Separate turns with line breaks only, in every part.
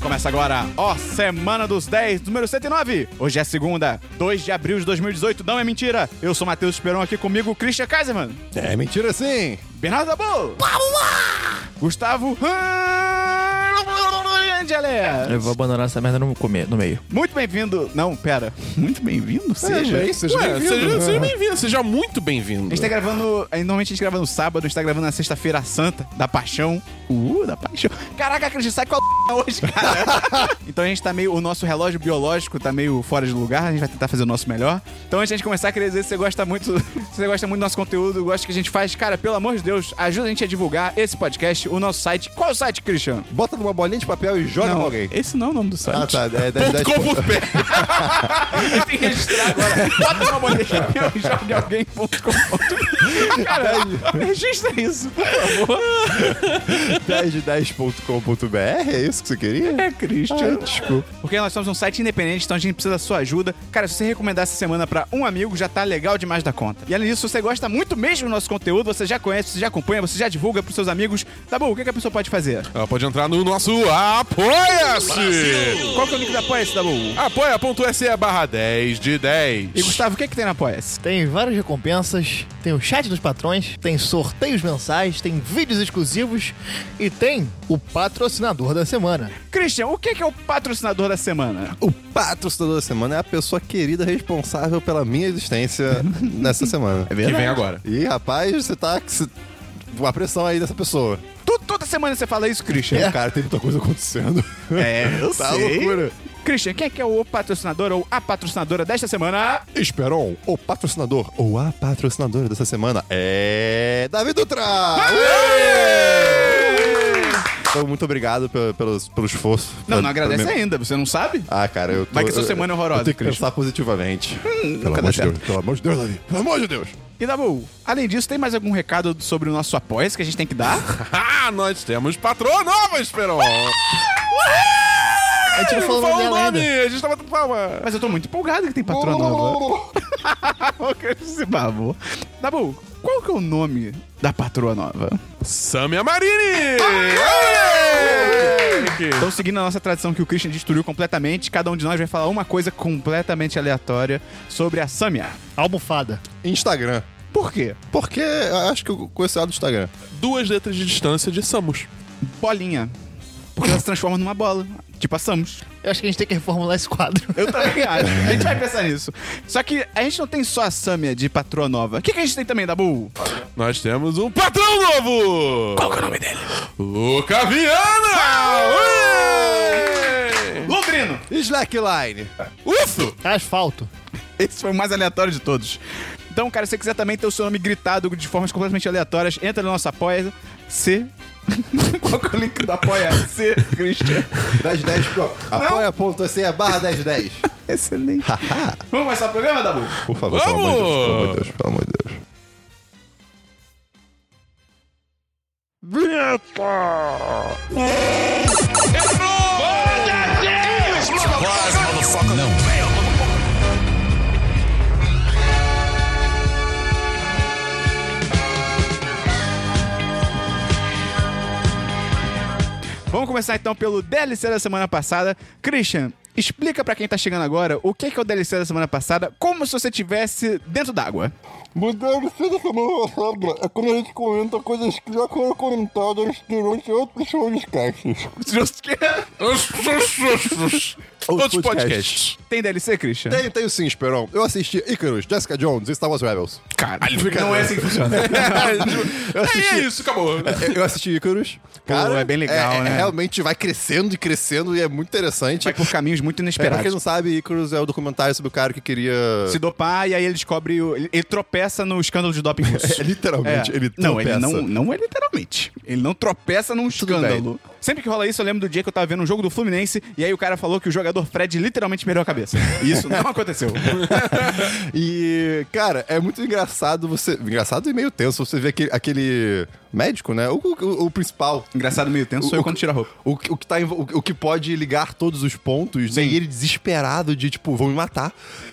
Começa agora, ó, Semana dos 10, número 109. Hoje é segunda, 2 de abril de 2018, não é mentira. Eu sou Matheus Esperon, aqui comigo, Christian Kaiserman,
É mentira sim!
Bernardo Dabu, Gustavo Angele.
Eu vou abandonar essa merda no, come- no meio.
Muito bem-vindo. Não, pera. Muito bem-vindo? Seja.
bem,
A
seja
Ué,
bem-vindo.
É.
Seja, seja bem-vindo, seja muito bem-vindo.
gente tá gravando. aí, Normalmente a gente grava no sábado, a gente tá gravando na sexta-feira santa, da paixão. Uh, da paixão. Caraca, Christian, sai com a hoje, cara. então a gente tá meio. O nosso relógio biológico tá meio fora de lugar, a gente vai tentar fazer o nosso melhor. Então antes de a gente começar, queria dizer se você gosta muito. se você gosta muito do nosso conteúdo, gosta do que a gente faz, cara, pelo amor de Deus, ajuda a gente a divulgar esse podcast, o nosso site. Qual é o site, Christian?
Bota numa bolinha de papel e joga pra
Não,
alguém.
esse não é o nome do site.
um Ah, tá. É 10,
Ponto
10
com por pé.
Tem que registrar agora. Bota uma bolinha de papel e jogue alguém ponto com ponto. Cara, registra isso, por favor.
10 de 10.com.br, é isso que você queria?
É, Christian.
Ah, desculpa.
Porque nós somos um site independente, então a gente precisa da sua ajuda. Cara, se você recomendar essa semana pra um amigo, já tá legal demais da conta. E além disso, se você gosta muito mesmo do nosso conteúdo, você já conhece, você já acompanha, você já divulga pros seus amigos. Tá bom, o que, que a pessoa pode fazer?
Ela pode entrar no nosso Apoia-se!
Qual que é o link da Apoia-se, Dabu?
apoia.se barra 10 de 10.
E Gustavo, o que, que tem na Apoia-se?
Tem várias recompensas, tem o chat dos patrões, tem sorteios mensais, tem vídeos exclusivos e tem o patrocinador da semana.
Christian, o que, que é o patrocinador da semana?
O patrocinador da semana é a pessoa querida responsável pela minha existência nessa semana.
que vem agora.
E rapaz, você tá com esse- uma pressão aí dessa pessoa.
Tu- toda semana você fala isso, Christian.
É. Cara, tem muita coisa acontecendo.
É, eu
tá loucura.
Christian, quem é que é o patrocinador ou a patrocinadora desta semana?
Esperon, o patrocinador ou a patrocinadora dessa semana é. Davi Dutra! Então, muito obrigado pelo, pelos- pelo esforço.
Não,
Pelo-
não agradece
pelo meu-
ainda, você não sabe?
Ah, cara, eu tô.
Vai que sua
eu-
semana é horrorosa,
Eu tenho que
Christian. Hum,
pensar positivamente. pelo,
dá
amor de
certo.
Deus, pelo amor de Deus, Davi. Pelo amor de Deus.
E Dabu, além disso, tem mais algum recado sobre o nosso apoia que a gente tem que dar?
Ah, nós temos patroa nova, Esperon!
A gente não falou o nome
Fala o
dela
nome!
ainda.
A gente tava... Calma.
Mas eu tô muito empolgado que tem patrão nova. Ô, Christian, se babou. Dabu, qual que é o nome da patroa nova?
Samia Marini! Ah!
Então, seguindo a nossa tradição que o Christian destruiu completamente, cada um de nós vai falar uma coisa completamente aleatória sobre a Samia.
Almofada.
Instagram.
Por quê?
Porque eu acho que eu
é
conheço ela do Instagram.
Duas letras de distância de Samus.
Bolinha. Porque ela se transforma numa bola. Tipo a Samus.
Eu acho que a gente tem que reformular esse quadro.
Eu também acho. A gente vai pensar nisso. Só que a gente não tem só a Samia de patroa nova. O que, que a gente tem também, Dabu?
Nós temos um patrão novo! Qual que é o nome dele? Luca Viana!
Londrino!
Slackline.
Ué! Uso!
É Asfalto.
Esse foi o mais aleatório de todos. Então, cara, se você quiser também ter o seu nome gritado de formas completamente aleatórias, entra no nosso apoia-se. Qual que é o link do apoia-se, Christian?
10 10 pro. Ah. Apoia.se barra 1010.
Excelente. Vamos começar o programa, Dabu?
Por favor,
Vamos!
pelo amor de Deus. Pelo amor de Deus. Pelo amor de Deus.
Vamos começar então pelo DLC da semana passada. Christian, explica pra quem tá chegando agora o que é que é o DLC da semana passada, como se você estivesse dentro d'água.
Mudar o fim da semana passada é quando a gente comenta coisas que já foram comentadas durante outros podcasts.
Outros
podcasts.
podcasts.
Tem DLC, Christian?
Tenho, tenho sim, Esperon. Eu assisti Icarus, Jessica Jones e Star Wars Rebels.
Caralho, não é assim que funciona.
Eu assisti,
É isso, acabou.
eu assisti Icarus.
é bem legal,
é- é-
né?
Realmente vai crescendo e crescendo e é muito interessante.
Vai por Tipo, caminhos muito
É, pra quem
inesperados.
não sabe, Icarus é o documentário sobre o cara que queria...
se dopar e aí ele descobre. o- Ele, ele tropeça no escândalo de doping russo.
É, literalmente, ele
Não, ele
tropeça.
não, não é literalmente. Ele não tropeça num
bem.
escândalo. Sempre que rola isso, eu lembro do dia que eu tava vendo um jogo do Fluminense e aí o cara falou que o jogador jogador Fred literalmente perdeu a cabeça. Isso não aconteceu.
E, cara, é muito engraçado você. Engraçado e meio tenso você ver aquele, aquele médico, né? O, o- o principal.
Engraçado meio tenso sou eu quando tiro a roupa.
O, que- o que tá, envo- o, que pode ligar todos os pontos, né?
Sim.
E ele desesperado de, tipo, vão me matar.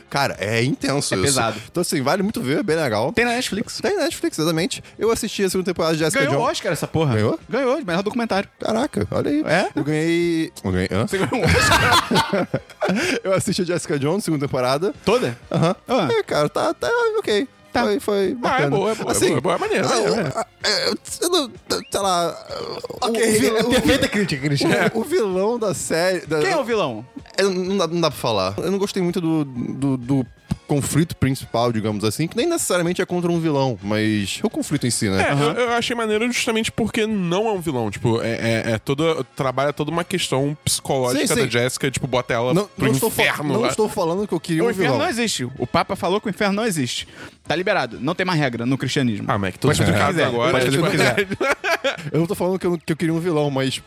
Cara, é intenso
É
isso.
pesado.
Então, assim, vale muito ver, é bem legal.
Tem na Netflix.
Tem Netflix, exatamente. Eu assisti a segunda temporada de Jessica
Ganhou o
Jones.
Oscar essa porra.
Ganhou?
Ganhou, de melhor documentário.
Caraca, olha aí.
É?
Eu ganhei. Eu ganhei. hã?
Você ganhou o Oscar
Eu assisti a Jessica Jones, segunda temporada.
toda?
Aham.
Ah.
É, cara, tá, tá ok.
Tá.
Foi, foi bacana.
boa, é boa, é
Assim,
boa, é boa, é maneiro,
ah,
é,
o-
é.
ah, é, eu não- Sei lá. o- o vil- o-
É Perfeita crítica, Cristian.
É.
o- O vilão da série. da-
Quem é o vilão?
Eu- não, dá, não dá pra falar. Eu não gostei muito do, do, do conflito principal, digamos assim, que nem necessariamente é contra um vilão, mas o conflito em si, né?
É, eu, eu achei maneiro justamente porque não é um vilão. Tipo, é, é, é toda. Trabalha toda uma questão psicológica
Sim, sim.
da Jéssica, tipo, bota ela
Não,
pro
não estou, fa-
inferno.
não
lá.
estou falando que eu queria
o
um
inferno
vilão.
não existe. O Papa falou que o inferno não existe. Tá liberado. Não tem mais regra no cristianismo.
Ah, Mac, tudo explicado
quiser,
agora. é
é
tipo,
pode fazer
tipo
o que
Eu não tô falando que eu, que eu queria um vilão, mas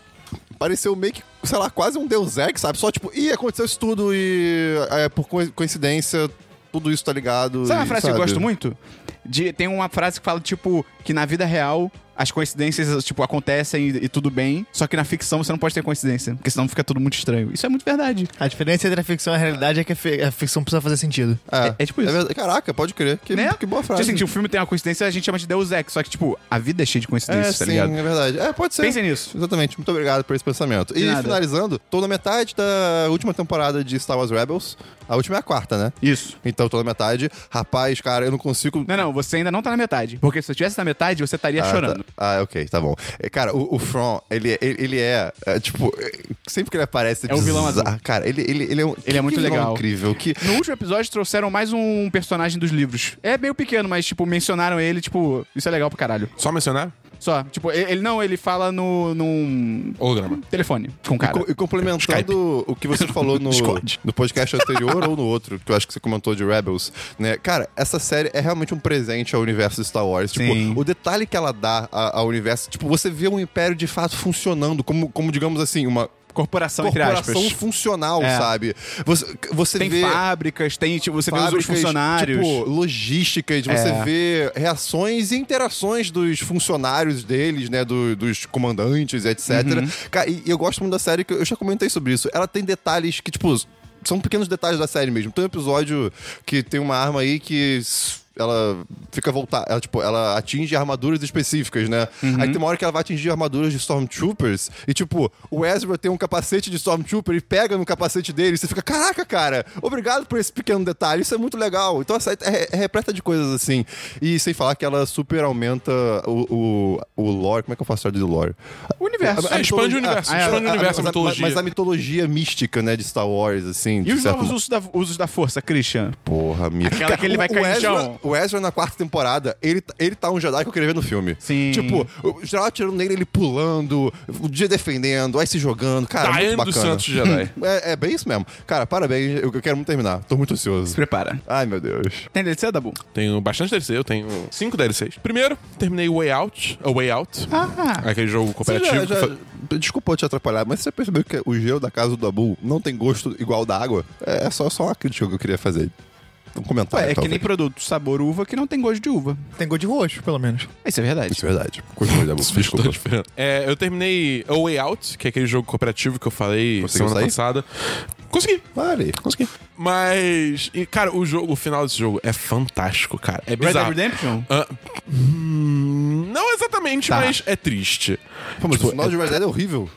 pareceu meio que, sei lá, quase um Deus Ex, sabe? Só tipo, ih, aconteceu isso tudo e é, por co- coincidência tudo isso tá ligado.
Sabe uma
e,
frase que eu gosto muito? De, tem uma frase que fala, tipo, que na vida real as coincidências, tipo, acontecem e, e tudo bem, só que na ficção você não pode ter coincidência, porque senão fica tudo muito estranho. Isso é muito verdade.
A diferença entre a ficção e a realidade é que a, fi- a ficção precisa fazer sentido.
É,
É- é tipo isso.
verdade. Caraca, pode crer. Que,
né?
que boa
Tipo
frase.
assim, que o filme tem uma coincidência, a gente chama de Deus Ex, só que, tipo, a vida é cheia de
é,
coincidências, tá
sim,
ligado?
é verdade. É, pode ser.
Pensem nisso.
Exatamente, muito obrigado por esse pensamento.
De
E
nada.
finalizando, tô na metade da última temporada de Star Wars Rebels. A última é a quarta, né?
Isso.
Então tô na metade. Rapaz, cara, eu não consigo.
Não, não, você ainda não tá na metade. Porque se eu tivesse na metade, você estaria
Ah,
chorando.
tá. Ah, ok, tá bom. É, Cara, o, o From, ele, é- ele, ele é, é, tipo, é, sempre que ele aparece...
É o vilão
diz-
azul.
Ah, Cara, ele, ele, ele é um...
Ele é muito
que vilão
legal.
incrível, que...
No último episódio trouxeram mais um personagem dos livros. É meio pequeno, mas, tipo, mencionaram ele, tipo, isso é legal pra caralho.
Só mencionar?
Só, tipo, ele ele não, ele fala no, num
Holograma.
telefone com o cara.
Co- E complementando o que você falou no,
Discord.
no podcast anterior ou no outro, que eu acho que você comentou de Rebels, né? Cara, essa série é realmente um presente ao universo de Star Wars. Tipo,
Sim.
o detalhe que ela dá a- ao universo, tipo, você vê um império de fato funcionando, como, como digamos assim, uma
Corporação, entre
corporação
aspas.
funcional,
É.
sabe? Você, você
Tem
vê.
fábricas, tem, tipo, você vê os
fábricas,
funcionários.
Tipo, logísticas, você
É.
vê reações e interações dos funcionários deles, né? do- dos comandantes, etc.
Uhum.
Cara, e, e eu gosto muito da série, que eu já comentei sobre isso. Ela tem detalhes que, tipo, são pequenos detalhes da série mesmo. Tem um episódio que tem uma arma aí que. s- Ela fica voltada. Ela, tipo, ela atinge armaduras específicas, né? Aí tem uma hora que ela vai atingir armaduras de Stormtroopers. E, tipo, o Ezra tem um capacete de Stormtrooper e pega no capacete dele. E você fica, caraca, cara, obrigado por esse pequeno detalhe. Isso é muito legal. Então, essa é, é repleta de coisas assim. E sem falar que ela super aumenta o, o, o lore. Como é que eu faço a história do lore?
o universo.
É, expande o
mitologia-
universo,
ah,
expande o universo, a
mas
mitologia.
Mas a mitologia mística, né, de Star Wars, assim. de
E os
certo
novos usos da, usos da força, Christian?
Porra, minha.
Aquela que ele vai cair no
Ezra,
chão.
O Ezra na quarta temporada, ele, ele tá um Jedi que eu queria ver no filme.
Sim.
Tipo, o geral atirando nele, ele pulando, o dia defendendo, aí se jogando. Cara, é
Daiane
muito
dos
bacana.
Santos Jedi.
É, é bem isso mesmo. Cara, parabéns, eu, eu quero muito terminar. Tô muito
Se
ansioso.
prepara.
Ai, meu Deus.
Tem DLC, Dabu?
Tenho bastante DLC, eu tenho cinco DLCs. Primeiro, terminei Way Out, A Way Out.
Ah,
Aquele jogo
Você
cooperativo.
já,
que
É.
já-
foi-
Desculpa eu te atrapalhar, mas você percebeu que o gelo da casa do Dabu não tem gosto igual da água? É só, só uma crítica que eu queria fazer. Um comentário.
Ué, é que
talvez.
nem produto sabor uva que não tem gosto de uva.
Tem gol de roxo, pelo menos.
Isso é verdade.
Isso é verdade. Continue, Dabu. Desculpa.
Tô diferente. É, eu terminei A Way Out, que é aquele jogo cooperativo que eu falei
Conseguiu
semana
sair?
passada. Consegui.
Vale. Consegui.
Mas, e, cara, o jogo, o final desse jogo é fantástico, cara. É
Red Dead
bizarro.
Redemption?
Ah, hum, não exatamente,
Tá.
mas é triste.
Pô,
Tipo,
mas o final de Red Dead é horrível.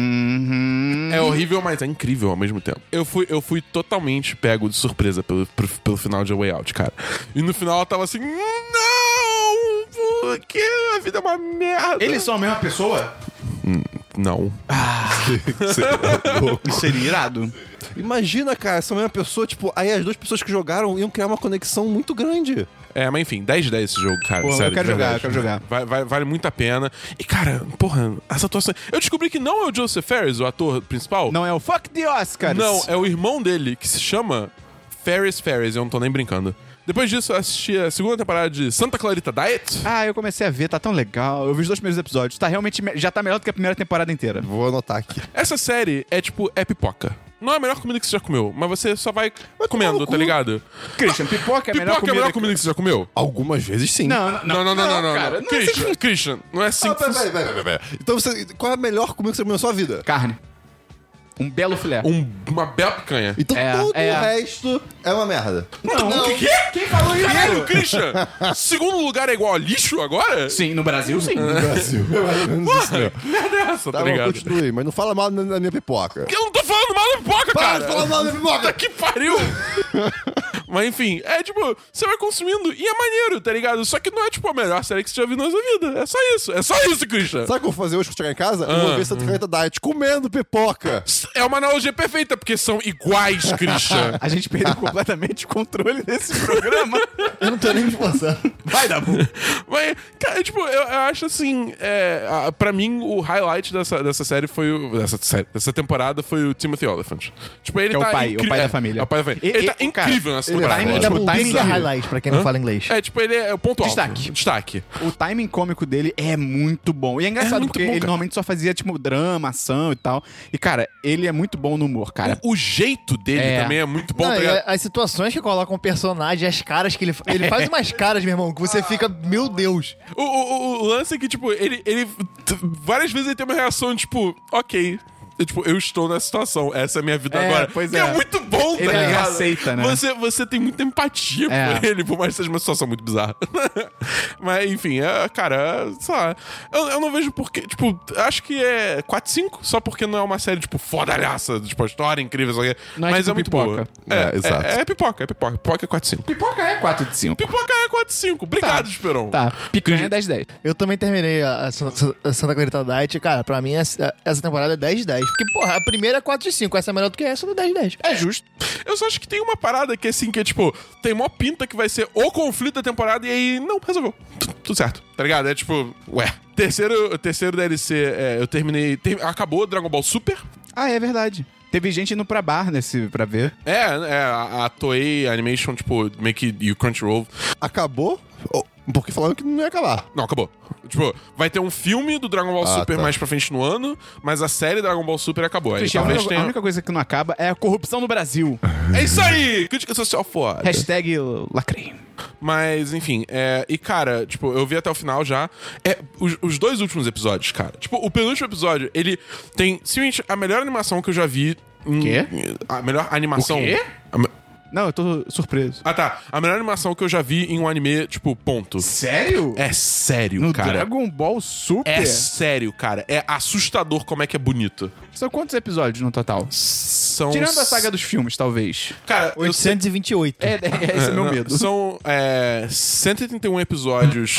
Uhum.
É horrível, mas é incrível ao mesmo tempo. Eu fui, eu fui totalmente pego de surpresa pelo, pro- pelo final de A Way Out, cara. E no final eu tava assim, não, porque a vida é uma merda.
Eles são a mesma pessoa?
Não.
Seria irado.
Imagina, cara, essa mesma pessoa, tipo, aí as duas pessoas que jogaram iam criar uma conexão muito grande.
É, mas enfim, 10 de 10 esse jogo, cara.
Pô, eu
sério,
quero
de
jogar,
verdade.
eu quero jogar.
Vai- vai- vale muito a pena. E, cara, porra, as atuações. Eu descobri que não é o Joseph Ferris, o ator principal. é
Não é o fuck the Oscars.
Não, é o irmão dele, que se chama Ferris Ferris, eu não tô nem brincando. Depois disso, eu assisti a segunda temporada de Santa Clarita Diet.
Ah, eu comecei a ver, tá tão legal. Eu vi os dois primeiros episódios. Tá realmente. me- Já tá melhor do que a primeira temporada inteira.
Vou anotar aqui.
Essa série é tipo, é pipoca. Não é a melhor comida que você já comeu, mas você só vai
tomar
comendo,
no
tá
cu.
ligado?
Christian, pipoca é a melhor
pipoca é a
comida
melhor
que-
comida que você já comeu?
Algumas vezes sim.
Não,
Não, não, não, não, não. não,
cara, não é assim
Christian, Christian, não é assim
Ah,
que
pera,
funciona.
pera, pera, pera, pera. Então você, qual é a melhor comida que você comeu na sua vida?
Carne. Um belo filé.
Um- uma bela picanha.
Então
É,
todo
é.
o resto é uma merda.
Não, o que? Quem falou isso?
Caralho, Christian! Segundo lugar é igual a lixo agora?
Sim, no Brasil sim.
Brasil.
Porra, que merda é essa, tá,
Tá bom,
ligado?
continue, mas não fala mal na, na minha pipoca.
Eu não tô falando mal da pipoca,
Para
cara!
de falar mal da minha pipoca!
Puta que pariu! Mas enfim, é tipo, você vai consumindo e é maneiro, tá ligado? Só que não é tipo a melhor série que você já viu na sua vida. É só isso, é só isso, Christian.
Sabe o que eu vou fazer hoje quando chegar em casa? Eu vou ver Santa Clarita Diet comendo pipoca.
É uma analogia perfeita, porque são iguais, Christian.
A gente perdeu completamente o controle desse programa.
Eu não tô nem me esforçando.
Vai, Dabu.
Mas, cara, tipo, eu, eu acho assim, é, a- pra mim, o highlight dessa, dessa série foi o. Dessa, série, dessa temporada foi o Timothy Oliphant. Tipo, ele
Que é o
tá
pai, o
incri-
pai da
é,
família.
é o pai da família.
E-
ele
e-
tá
cara,
incrível nessa
ele é
temporada.
tá em- tipo,
Tipo,
O
tá
que é
incrível.
highlight, pra quem não fala inglês?
É, tipo, ele é o ponto
Destaque.
alto. Destaque.
O timing cômico dele é muito bom. E é engraçado
muito
porque
bom,
ele
cara.
normalmente só fazia, tipo, drama, ação e tal. E, cara, ele é muito bom no humor, cara.
O jeito dele
É.
também é muito bom,
Não,
tá
e
ligado?
a- as situações que colocam o personagem, as caras que ele fa- Ele faz umas caras, meu irmão, que você fica, meu Deus.
O, o- o- o lance é que, tipo, ele. ele t- várias vezes ele tem uma reação, tipo, ok. Eu, tipo, eu estou nessa situação, essa é a minha vida
É,
agora.
pois
Que
é.
muito bom, tá
Ele
ligado?
aceita, né?
Você, você tem muita empatia
É.
por ele, por mais que seja uma situação muito bizarra. Mas, enfim, é, cara, é, sei lá. Eu, eu não vejo porque, tipo, acho que é 4, 5, só porque não é uma série, tipo, fodalhaça, tipo, a história é incrível, só que.
Não é
Mas
tipo
é muito
pipoca.
boa.
É, exato.
É, pipoca, é pipoca. Pipoca é 4, 5.
Pipoca é 4 de 5.
Pipoca é 4, 5. Obrigado, Esperon.
Tá, picanha é 10 de 10.
Eu também terminei a, a San- San- a Santa Clarita Diet. Cara, pra mim, essa, essa temporada é 10 de 10. Porque, porra, a primeira é 4 de 5. Essa é melhor do que essa do 10 de 10.
É justo.
Eu só acho que tem uma parada que, assim, que é tipo, tem mó pinta que vai ser o conflito da temporada e aí, não, resolveu. Tu- Tudo certo, tá ligado? É tipo, ué. Terceiro, terceiro DLC, é, eu terminei. ter- acabou Dragon Ball Super.
Ah, é verdade. Teve gente indo pra bar nesse, pra ver.
É, é a, a Toei Animation, tipo, meio que. E o Crunchyroll.
Acabou? Oh, Porque falaram que não ia acabar.
Não, acabou. Tipo, vai ter um filme do Dragon Ball
Ah,
Super
tá.
mais pra frente no ano, mas a série Dragon Ball Super acabou. Aí,
Cristian, Então, a
talvez
única- a
tenha.
única coisa que não acaba é a corrupção no Brasil.
É isso aí! Crítica social foda.
Hashtag lacrei.
Mas, enfim, é, e cara, tipo, eu vi até o final já. É, os, os dois últimos episódios, cara. Tipo, o penúltimo episódio, ele tem simplesmente a melhor animação que eu já vi. em-
Quê?
A melhor animação.
O quê?
A me-
Não, eu tô surpreso.
ah, tá. A melhor animação que eu já vi em um anime, tipo, ponto.
Sério?
É sério,
No
cara.
Um Dragon Ball Super?
É sério, cara. É assustador como é que é bonito.
São quantos episódios no total?
São.
Tirando a saga dos filmes, talvez.
Cara, eu sei-
828.
É, é, é esse é meu
Não,
medo.
São é, 131 episódios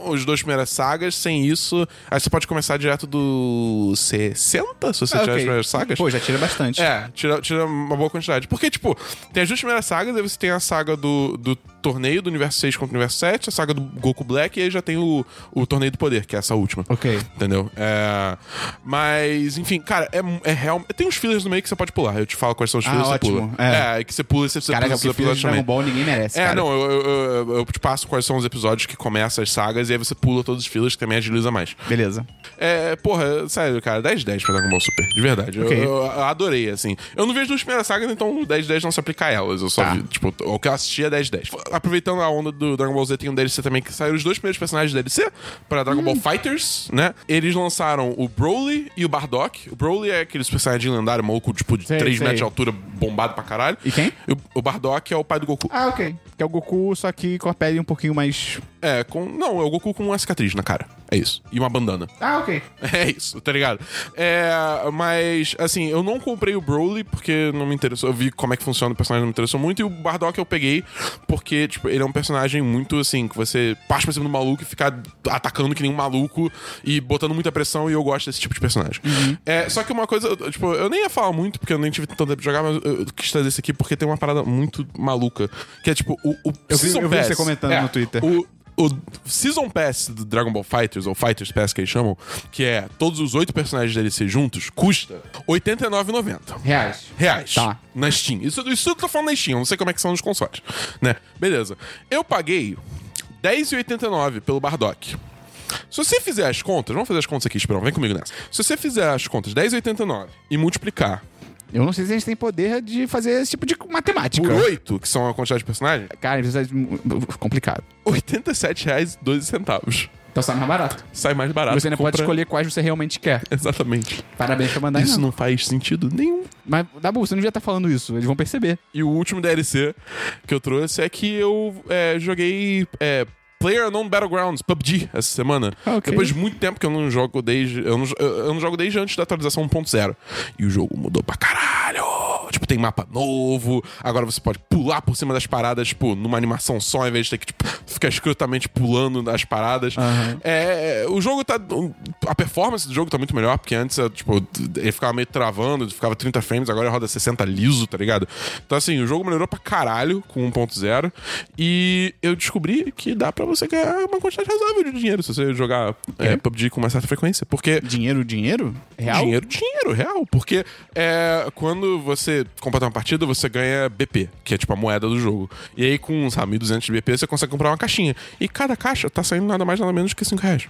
com os dois primeiras sagas. Sem isso, aí você pode começar direto do 60, se você
Ah,
tirar as
ok.
primeiras sagas.
Pô, já tira bastante.
É, tira, tira uma boa quantidade. Porque, tipo, tem as duas primeiras sagas, aí você tem a saga do, do torneio do universo 6 contra o universo 7, a saga do Goku Black, e aí já tem o, o torneio do poder, que é essa última.
Ok.
Entendeu? É, mas, enfim, cara, é, é real. Tem uns fillers no meio que você pode pular. Eu te falo quais são os
Ah,
fillers que você
ótimo.
pula.
É.
É, que você pula e você precisa
Caraca,
pula esses
porque filho de
episódios
Dragon Ball ninguém merece,
é,
cara.
não, eu, eu- eu- eu te passo quais são os episódios que começam as sagas e aí você pula todos os filas que também agiliza mais.
Beleza.
É, porra, sério, cara, 10-10 pra Dragon Ball Super, de verdade. Eu-
Ok.
Eu, eu adorei, assim. Eu não vejo duas primeiras sagas, então 10-10 não se aplica a elas. Eu só
Tá.
vi, tipo, o que eu assisti é 10-10. Aproveitando a onda do Dragon Ball Z, tem um DLC também que saiu os dois primeiros personagens do DLC pra Dragon
Hum.
Ball Fighters, né? Eles lançaram o Broly e o Bardock. O Broly é aquele super saiyajin lendário, maluco, tipo, de
Sei,
3
sei.
metros de altura, bombado pra caralho.
E quem?
o, o Bardock é o pai do Goku.
Ah, ok. Que é o Goku, só que com a pele um pouquinho mais...
É, com. Não, é o Goku com uma cicatriz na cara. É isso. E uma bandana.
Ah, ok.
É isso, tá ligado? É, mas, assim, eu não comprei o Broly porque não me interessou. Eu vi como é que funciona o personagem, não me interessou muito. E o Bardock eu peguei porque, tipo, ele é um personagem muito, assim, que você passa pra cima do maluco e fica atacando que nem um maluco e botando muita pressão. E eu gosto desse tipo de personagem.
Uhum.
É, só que uma coisa, eu- tipo, eu nem ia falar muito porque eu nem tive tanto tempo de jogar, mas eu eu quis trazer isso aqui porque tem uma parada muito maluca. Que é, tipo, o, o
Eu vi-
Season
eu vi você
Pass.
comentando
É,
no Twitter.
o- o Season Pass do Dragon Ball Fighters, ou Fighters Pass que eles chamam, que é todos os oito personagens DLC juntos, custa R$ 89,90
Reais.
reais
Tá.
na Steam. Isso, isso eu tô falando na Steam, eu não sei como é que são nos consoles, né? Beleza. Eu paguei 10,89 pelo Bardock. Se você fizer as contas, vamos fazer as contas aqui, Esperão, vem comigo nessa. Se você fizer as contas 10,89 e multiplicar
Eu não sei se a gente tem poder de fazer esse tipo de matemática.
por 8, que são a quantidade de personagens,
Cara, isso é complicado.
R$ 87,12.
Então sai mais barato.
Sai mais barato.
você ainda pode
Ah, compra-
escolher quais você realmente quer.
Exatamente.
Parabéns pra mandar
Isso
isso.
não faz sentido nenhum.
Mas, Dabu, você não devia estar falando isso. Eles vão perceber.
E o último DLC que eu trouxe é que eu é, joguei é, Player Unknown Battlegrounds, PUBG, essa semana.
Ah, ok.
Depois de muito tempo que eu não jogo desde. Eu não, jo- eu- eu não jogo desde antes da atualização 1.0. E o jogo mudou pra caralho. Tipo, tem mapa novo. Agora você pode pular por cima das paradas, tipo, numa animação só, em vez de ter que tipo, ficar escrotamente pulando nas paradas. É, o jogo tá. A performance do jogo tá muito melhor, porque antes, é, tipo, ele ficava meio travando, ficava 30 frames, agora ele roda 60 liso, tá ligado? Então, assim, o jogo melhorou pra caralho com 1.0. E eu descobri que dá pra você ganhar uma quantidade razoável de dinheiro se você jogar é, PUBG com uma certa frequência. Porque
Dinheiro, dinheiro? Real?
Dinheiro, dinheiro, real. Porque é, quando você completar uma partida, você ganha BP, que é tipo a moeda do jogo. E aí, com, sabe, 1.200 de BP, você consegue comprar uma caixinha. E cada caixa tá saindo nada mais, nada menos que 5 reais.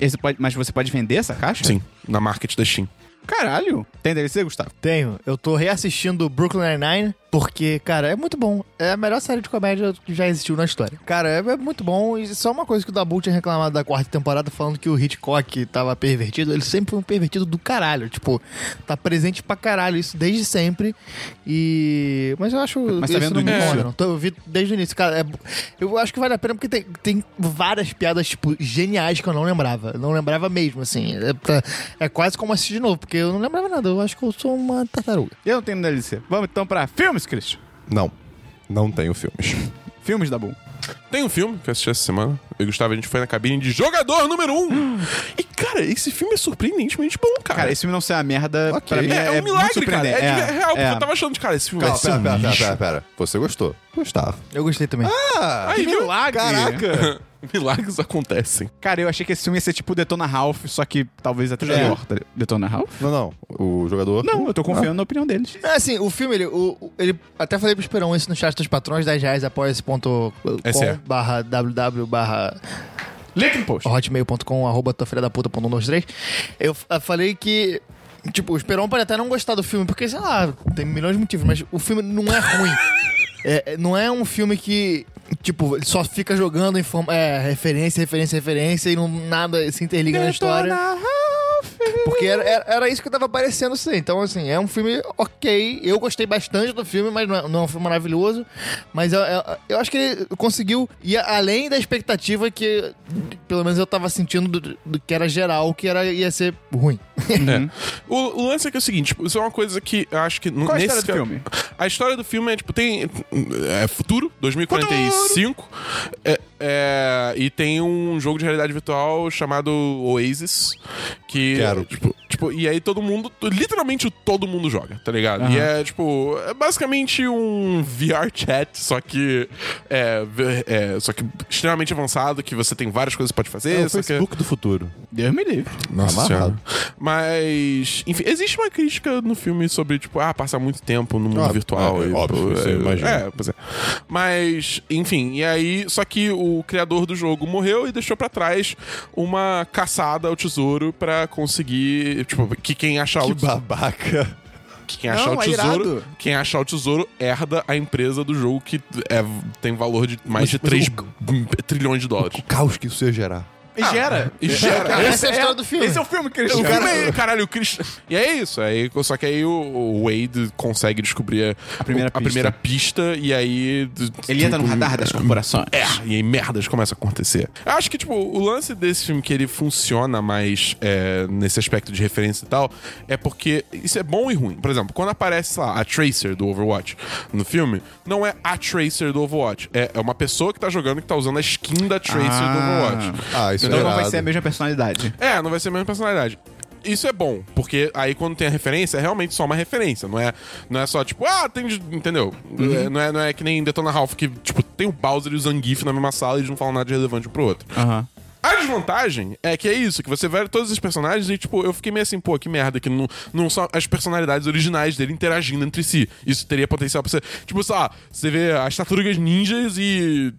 Esse pode- mas você pode vender essa caixa?
Sim, na market da Steam.
Caralho. Tem DLC, Gustavo?
Tenho. Eu tô reassistindo Brooklyn Nine-Nine, porque, cara, é muito bom. É a melhor série de comédia que já existiu na história. Cara, é, é muito bom. E só uma coisa que o Dabu tinha reclamado da quarta temporada, falando que o Hitchcock tava pervertido. Ele sempre foi um pervertido do caralho. Tipo, tá presente pra caralho isso desde sempre. E... Mas eu acho...
Mas tá
isso
vendo
não me
do início?
incomoda, não. Tô, eu vi desde o início, cara. é- eu acho que vale a pena porque tem, tem várias piadas, tipo, geniais que eu não lembrava. Eu Não lembrava mesmo, assim. É, pra- é quase como assistir de novo, porque eu não lembrava nada. Eu acho que eu sou uma tartaruga.
Eu não tenho DLC. Vamos então pra filmes, Christian.
Não. Não tenho filmes.
Filmes, Dabu.
Tem um filme que eu assisti essa semana. Eu e Gustavo, a gente foi na cabine de jogador número 1. Um. E, cara, esse filme é surpreendentemente bom, cara.
Cara, esse filme não ser uma merda,
Ok.
pra mim,
Ah. é,
é,
é um
muito
milagre, cara. É,
surpreendente.
de- é real,
é.
porque eu tava achando de cara, esse filme
Calma,
vai
pera,
ser um
pera, pera,
lixo.
pera, pera. Você gostou? Gostava.
Eu gostei também.
Ah,
Aí, viu?
Caraca!
Milagres acontecem.
Cara, eu achei que esse filme ia ser tipo Detona Ralph, só que talvez até melhor. tá ligado? Detona Ralph?
Não, não. O jogador.
Não, eu tô
Ah,
confiando na opinião deles.
É, assim, o filme, ele, o- o- ele- até falei pro Esperão isso no chat dos patrões, 10 reais apoia.com
Esse é.
barra ww barra
Link no post.
hotmail.com arroba tua filha da puta ponto um, dois, três. Eu f- eu falei que, tipo, o Esperão pode até não gostar do filme, porque, sei lá, tem milhões de motivos, mas o filme não é ruim. É, é, não é um filme que, tipo, ele só fica jogando em forma, é, referência, referência, referência e não, nada se interliga na história. Porque era, era, era isso que tava parecendo ser. Então, assim, é um filme ok. Eu gostei bastante do filme, mas não é, não é um filme maravilhoso. Mas eu, eu- eu acho que ele conseguiu ir além da expectativa que, pelo menos, eu tava sentindo do, do que era geral, que era, ia ser ruim.
O, o lance é que é o seguinte, tipo, isso é uma coisa que eu acho que...
Uhum. Qual a
nesse
história do
ca-
filme?
A história do filme é, tipo, tem... É futuro, 2045. É, é, e tem um jogo de realidade virtual chamado Oasis. Que,
Quero.
Tipo, tipo, e aí todo mundo... Literalmente todo mundo joga, tá ligado? E é, tipo... É basicamente um VR chat, só que... É, ve- é, só que extremamente avançado, que você tem várias coisas que pode fazer.
É o
só que-
Facebook do futuro.
Deus me livre.
nossa
Amarrado.
Senhora. Mas, enfim, existe uma crítica no filme sobre, tipo, ah, passar muito tempo no mundo
Ah,
virtual.
é,
e,
óbvio,
pô,
você
é,
imagina.
É, pois é. Mas, enfim, e aí, só que o criador do jogo morreu e deixou pra trás uma caçada ao tesouro pra conseguir, tipo, que quem achar
Que
o tesouro,
babaca.
que quem achar
Não,
o
é
tesouro,
irado.
quem achar o tesouro herda a empresa do jogo que é, tem valor de mais de
mas
3 trilhões de dólares.
O caos que isso ia gerar.
E gera.
E gera.
Essa é a história do filme.
Esse é Ah. o filme,
Eu
Christian.
vi meio, caralho, o Christian. E é isso. Aí, só que aí o, o Wade consegue descobrir a,
primeira pista.
primeira pista e aí. d-
Ele entra no
tipo,
radar das corporações.
É, e aí merdas começam a acontecer. Eu acho que, tipo, o lance desse filme que ele funciona mais é, nesse aspecto de referência e tal é porque isso é bom e ruim. Por exemplo, quando aparece, sei lá, a Tracer do Overwatch no filme, não é a Tracer do Overwatch. É, é uma pessoa que tá jogando que tá usando a skin da Tracer
Ah.
do Overwatch.
Ah, isso
Então
é
não vai
irado.
ser a mesma personalidade.
É, não vai ser a mesma personalidade. Isso é bom, porque aí quando tem a referência, é realmente só uma referência. Não é, não é só tipo, ah, tem. de- Entendeu? É, não, é, não é que nem Detona Ralph, que, tipo, tem o Bowser e o Zangief na mesma sala e eles não falam nada de relevante um pro outro.
Aham.
A desvantagem é que é isso, que você vê todos os personagens e, tipo, eu fiquei meio assim, pô, que merda, que não, não são as personalidades originais dele interagindo entre si. Isso teria potencial pra você. Tipo, sei lá, você vê as tartarugas ninjas e.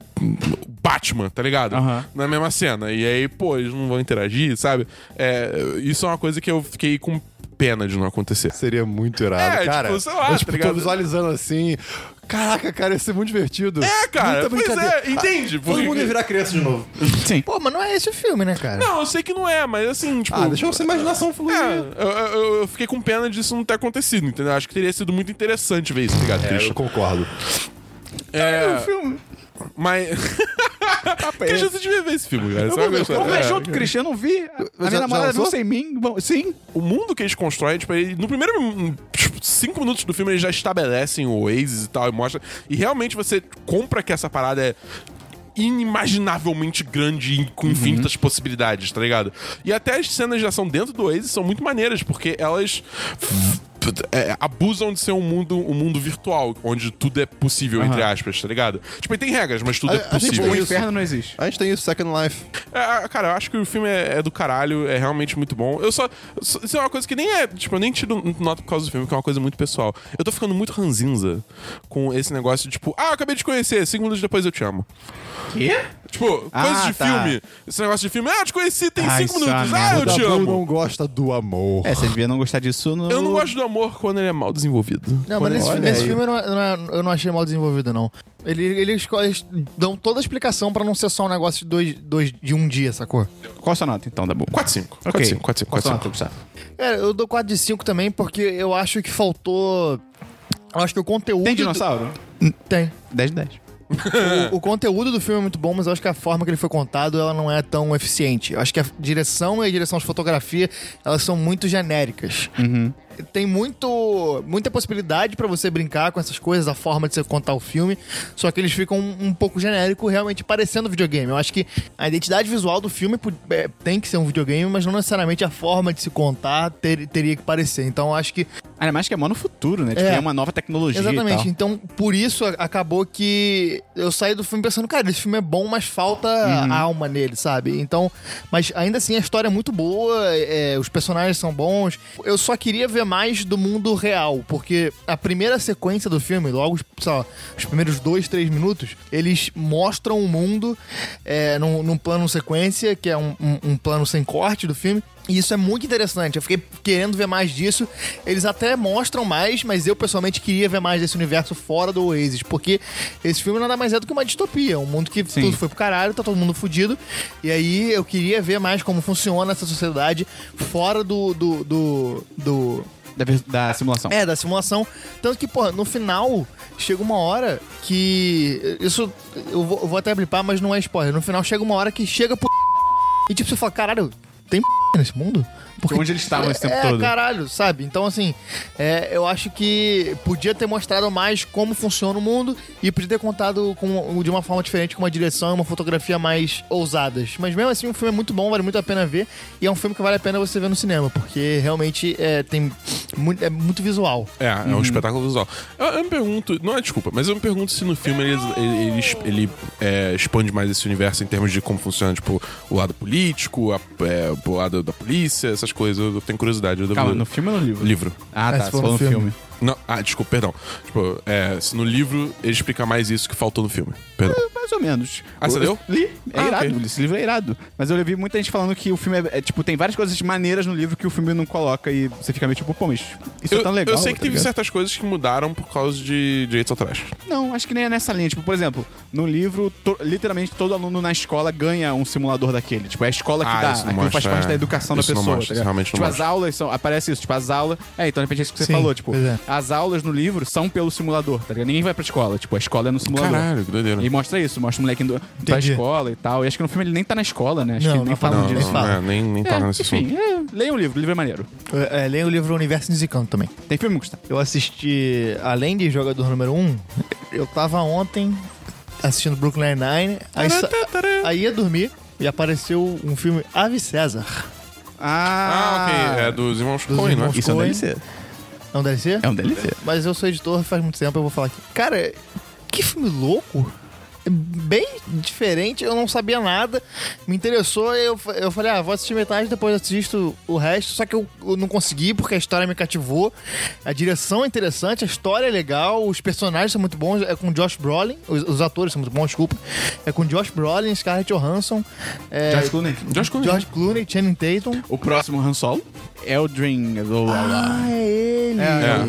Batman, tá ligado?
Aham.
Na mesma cena. E aí, pô, eles não vão interagir, sabe? É, isso é uma coisa que eu fiquei com pena de não acontecer.
Seria muito irado,
É,
cara.
tipo, sei lá,
eu,
tá
tipo, tô
ligado?
visualizando assim. Caraca, cara, ia ser muito divertido.
É,
Muita
cara, pois
brincadeira. Ah,
é, entende?
Todo
Porque-
mundo ia virar criança de novo.
Sim.
Pô, mas não é esse o filme, né, cara?
Não, eu sei que não é, mas assim, tipo.
Ah, deixa a sua imaginação fluir.
É, eu, eu- eu fiquei com pena disso não ter acontecido, entendeu? Acho que teria sido muito interessante ver isso, tá ligado,
É,
Christian?
eu concordo.
É,
filme.
mas. Christian, você devia ver esse filme, cara.
Tá Eu
Você vai
vou ver.
gostar.
Vamos
É.
ver junto, Christian. Eu não vi. A
já
minha namorada viu
lançou?
sem mim. Bom, Sim.
É. O mundo que eles constroem, tipo, ele- no primeiro hum, tipo, cinco minutos do filme, eles já estabelecem o Oasis e tal, e mostra. E realmente você compra que essa parada é inimaginavelmente grande e com
Uhum.
infinitas possibilidades, tá ligado? E até as cenas de ação dentro do Oasis são muito maneiras, porque elas é, abusam de ser um mundo, um mundo virtual, onde tudo é possível, entre aspas, tá ligado? Tipo, e tem regras, mas tudo
A-
é
a gente
possível.
O
Isso.
inferno não existe.
A gente tem isso, Second Life.
É, cara, eu acho que o filme é, é do caralho, é realmente muito bom. Eu só. só- Isso é uma coisa que nem é. Tipo, eu nem tiro nota por causa do filme, que é uma coisa muito pessoal. Eu tô ficando muito ranzinza com esse negócio de, tipo, ah, eu acabei de te conhecer, cinco minutos depois eu te amo.
Quê?
Tipo,
Ah,
coisas de
tá.
filme. Esse negócio de filme, ah, eu te conheci, tem
Ah,
cinco
isso é uma
minutos. Ah, eu
merda.
te
Dabu
amo.
não gosta do amor.
É, você devia não gostar disso no...
Eu não gosto do amor quando ele é mal desenvolvido.
Não, mas nesse,
Olha
nesse
aí.
filme eu não, eu não- eu não achei mal desenvolvido, não. Ele, ele esco- eles dão toda a explicação pra não ser só um negócio de, dois, dois- de um dia, sacou?
Qual a sua nota, então, Dabu?
4 5 4
Ok.
5 4 5
Qual a
4
sua
5
nota, Gustavo?
Cara, eu dou 4 de 5 também porque eu acho que faltou... Eu acho que o conteúdo...
Tem
do-
dinossauro?
Tem.
10 de 10.
O, o conteúdo do filme é muito bom, mas eu acho que a forma que ele foi contado ela não é tão eficiente. Eu acho que a direção e a direção de fotografia elas são muito genéricas. Tem muito, muita possibilidade pra você brincar com essas coisas, a forma de você contar o filme, só que eles ficam um, um pouco genérico, realmente parecendo videogame. Eu acho que a identidade visual do filme pu- é, tem que ser um videogame, mas não necessariamente a forma de se contar ter- teria que parecer. Então eu acho que
Ainda mais que é mó no futuro, né? Tipo,
É.
é uma nova tecnologia
Exatamente.
e
Então, por isso a- acabou que eu saí do filme pensando, cara, esse filme é bom, mas falta alma nele, sabe? Então, mas ainda assim a história é muito boa, é, os personagens são bons. Eu só queria ver mais do mundo real, porque a primeira sequência do filme, logo, sei lá, os primeiros dois, três minutos, eles mostram o mundo é, num, num plano sequência, que é um- um- um plano sem corte do filme. E isso é muito interessante. Eu fiquei querendo ver mais disso. Eles até mostram mais, mas eu pessoalmente queria ver mais desse universo fora do Oasis, porque esse filme nada mais é do que uma distopia. Um mundo que tudo foi pro caralho, tá todo mundo fudido. E aí eu queria ver mais como funciona essa sociedade fora do. do. do. do-
tal. Da, vers- da simulação.
é, da simulação. Tanto que, pô, no final, chega uma hora que. Isso. Eu vou, eu vou até blipar, mas não é spoiler. No final chega uma hora que chega pro. E tipo, você fala, caralho, tem nesse mundo?
Porque Tipo, onde eles estavam esse Tá, tempo
é,
todo.
caralho, sabe? Então, assim, é, eu acho que podia ter mostrado mais como funciona o mundo e podia ter contado com, de uma forma diferente, com uma direção e uma fotografia mais ousadas. Mas mesmo assim, o filme é muito bom, vale muito a pena ver e é um filme que vale a pena você ver no cinema, porque realmente é, tem mu- é muito visual.
É, é
Uhum.
um espetáculo visual. Eu, eu me pergunto, não é desculpa, mas eu me pergunto se no filme ele, ele, ele es- ele, é, expande mais esse universo em termos de como funciona, tipo, o lado político, a- é, o lado da polícia, essas coisas. Eu tenho curiosidade. Eu devo-
Calma, no filme ou no livro?
livro.
Ah,
É,
tá.
se
Se
for
for
no
no filme.
Não, ah, desculpa, perdão. Tipo, é, se no livro ele explica mais isso que faltou no filme. Perdão.
Mais ou menos.
Ah, você
Eu-
leu?
Li. É
Ah,
irado.
ok.
Esse livro é irado. Mas eu vi muita gente falando que o filme é, é, Tipo, tem várias coisas maneiras no livro que o filme não coloca e você fica meio tipo, pô, mas isso é
Eu,
tão legal.
eu sei que
tá
teve
ligado?
certas coisas que mudaram por causa de direitos autorais.
Não, acho que nem é nessa linha. Tipo, por exemplo, no livro, to- literalmente todo aluno na escola ganha um simulador daquele. Tipo, é a escola que
Ah,
dá.
isso não
Aquilo
mostra,
faz parte
é.
da educação
Isso
da
não
pessoa.
mostra,
tá
isso
ligado?
realmente não
tipo,
mostra.
as aulas são. Aparece isso, tipo, as aulas. É, então de repente é isso que você
Sim,
falou. Tipo,
pois é.
as aulas no livro são pelo simulador, tá ligado? Ninguém vai pra escola. Tipo, a escola é no simulador.
Caralho, que doideira.
E mostra isso, mostra o moleque indo pra
Entendi.
escola e tal. E acho que no filme ele nem tá na escola, né? Acho
Não,
que nem
não
falam
Não,
nem
disso.
não,
fala.
é, nem, nem tá nesse
É,
filme.
enfim, é, leia o livro, o livro é maneiro.
É, leia o livro Universo Indicando também.
Tem filme, Gustavo?
Eu assisti, além de Jogador Número 1, eu tava ontem assistindo Brooklyn Nine-Nine, aí, sa- aí ia dormir e apareceu um filme Ave César.
Ah, ok. É dos irmãos
Dos
Coen, não é?
irmãos
Isso é um
Coen.
DLC.
Não deve ser?
É um DLC.
Mas eu sou editor faz muito tempo, eu vou falar aqui. Cara, que filme louco! É bem diferente, eu não sabia nada, me interessou, eu, fa- eu falei, ah, vou assistir metade, depois assisto o resto, só que eu, eu não consegui porque a história me cativou, a direção é interessante, a história é legal, os personagens são muito bons, é com Josh Brolin, os, os atores são muito bons, desculpa, é com Josh Brolin, Scarlett Johansson, é,
George Clooney.
Josh Clooney.
George Clooney, Channing Tatum,
O próximo Han Solo é o Dream.
ah, é ele...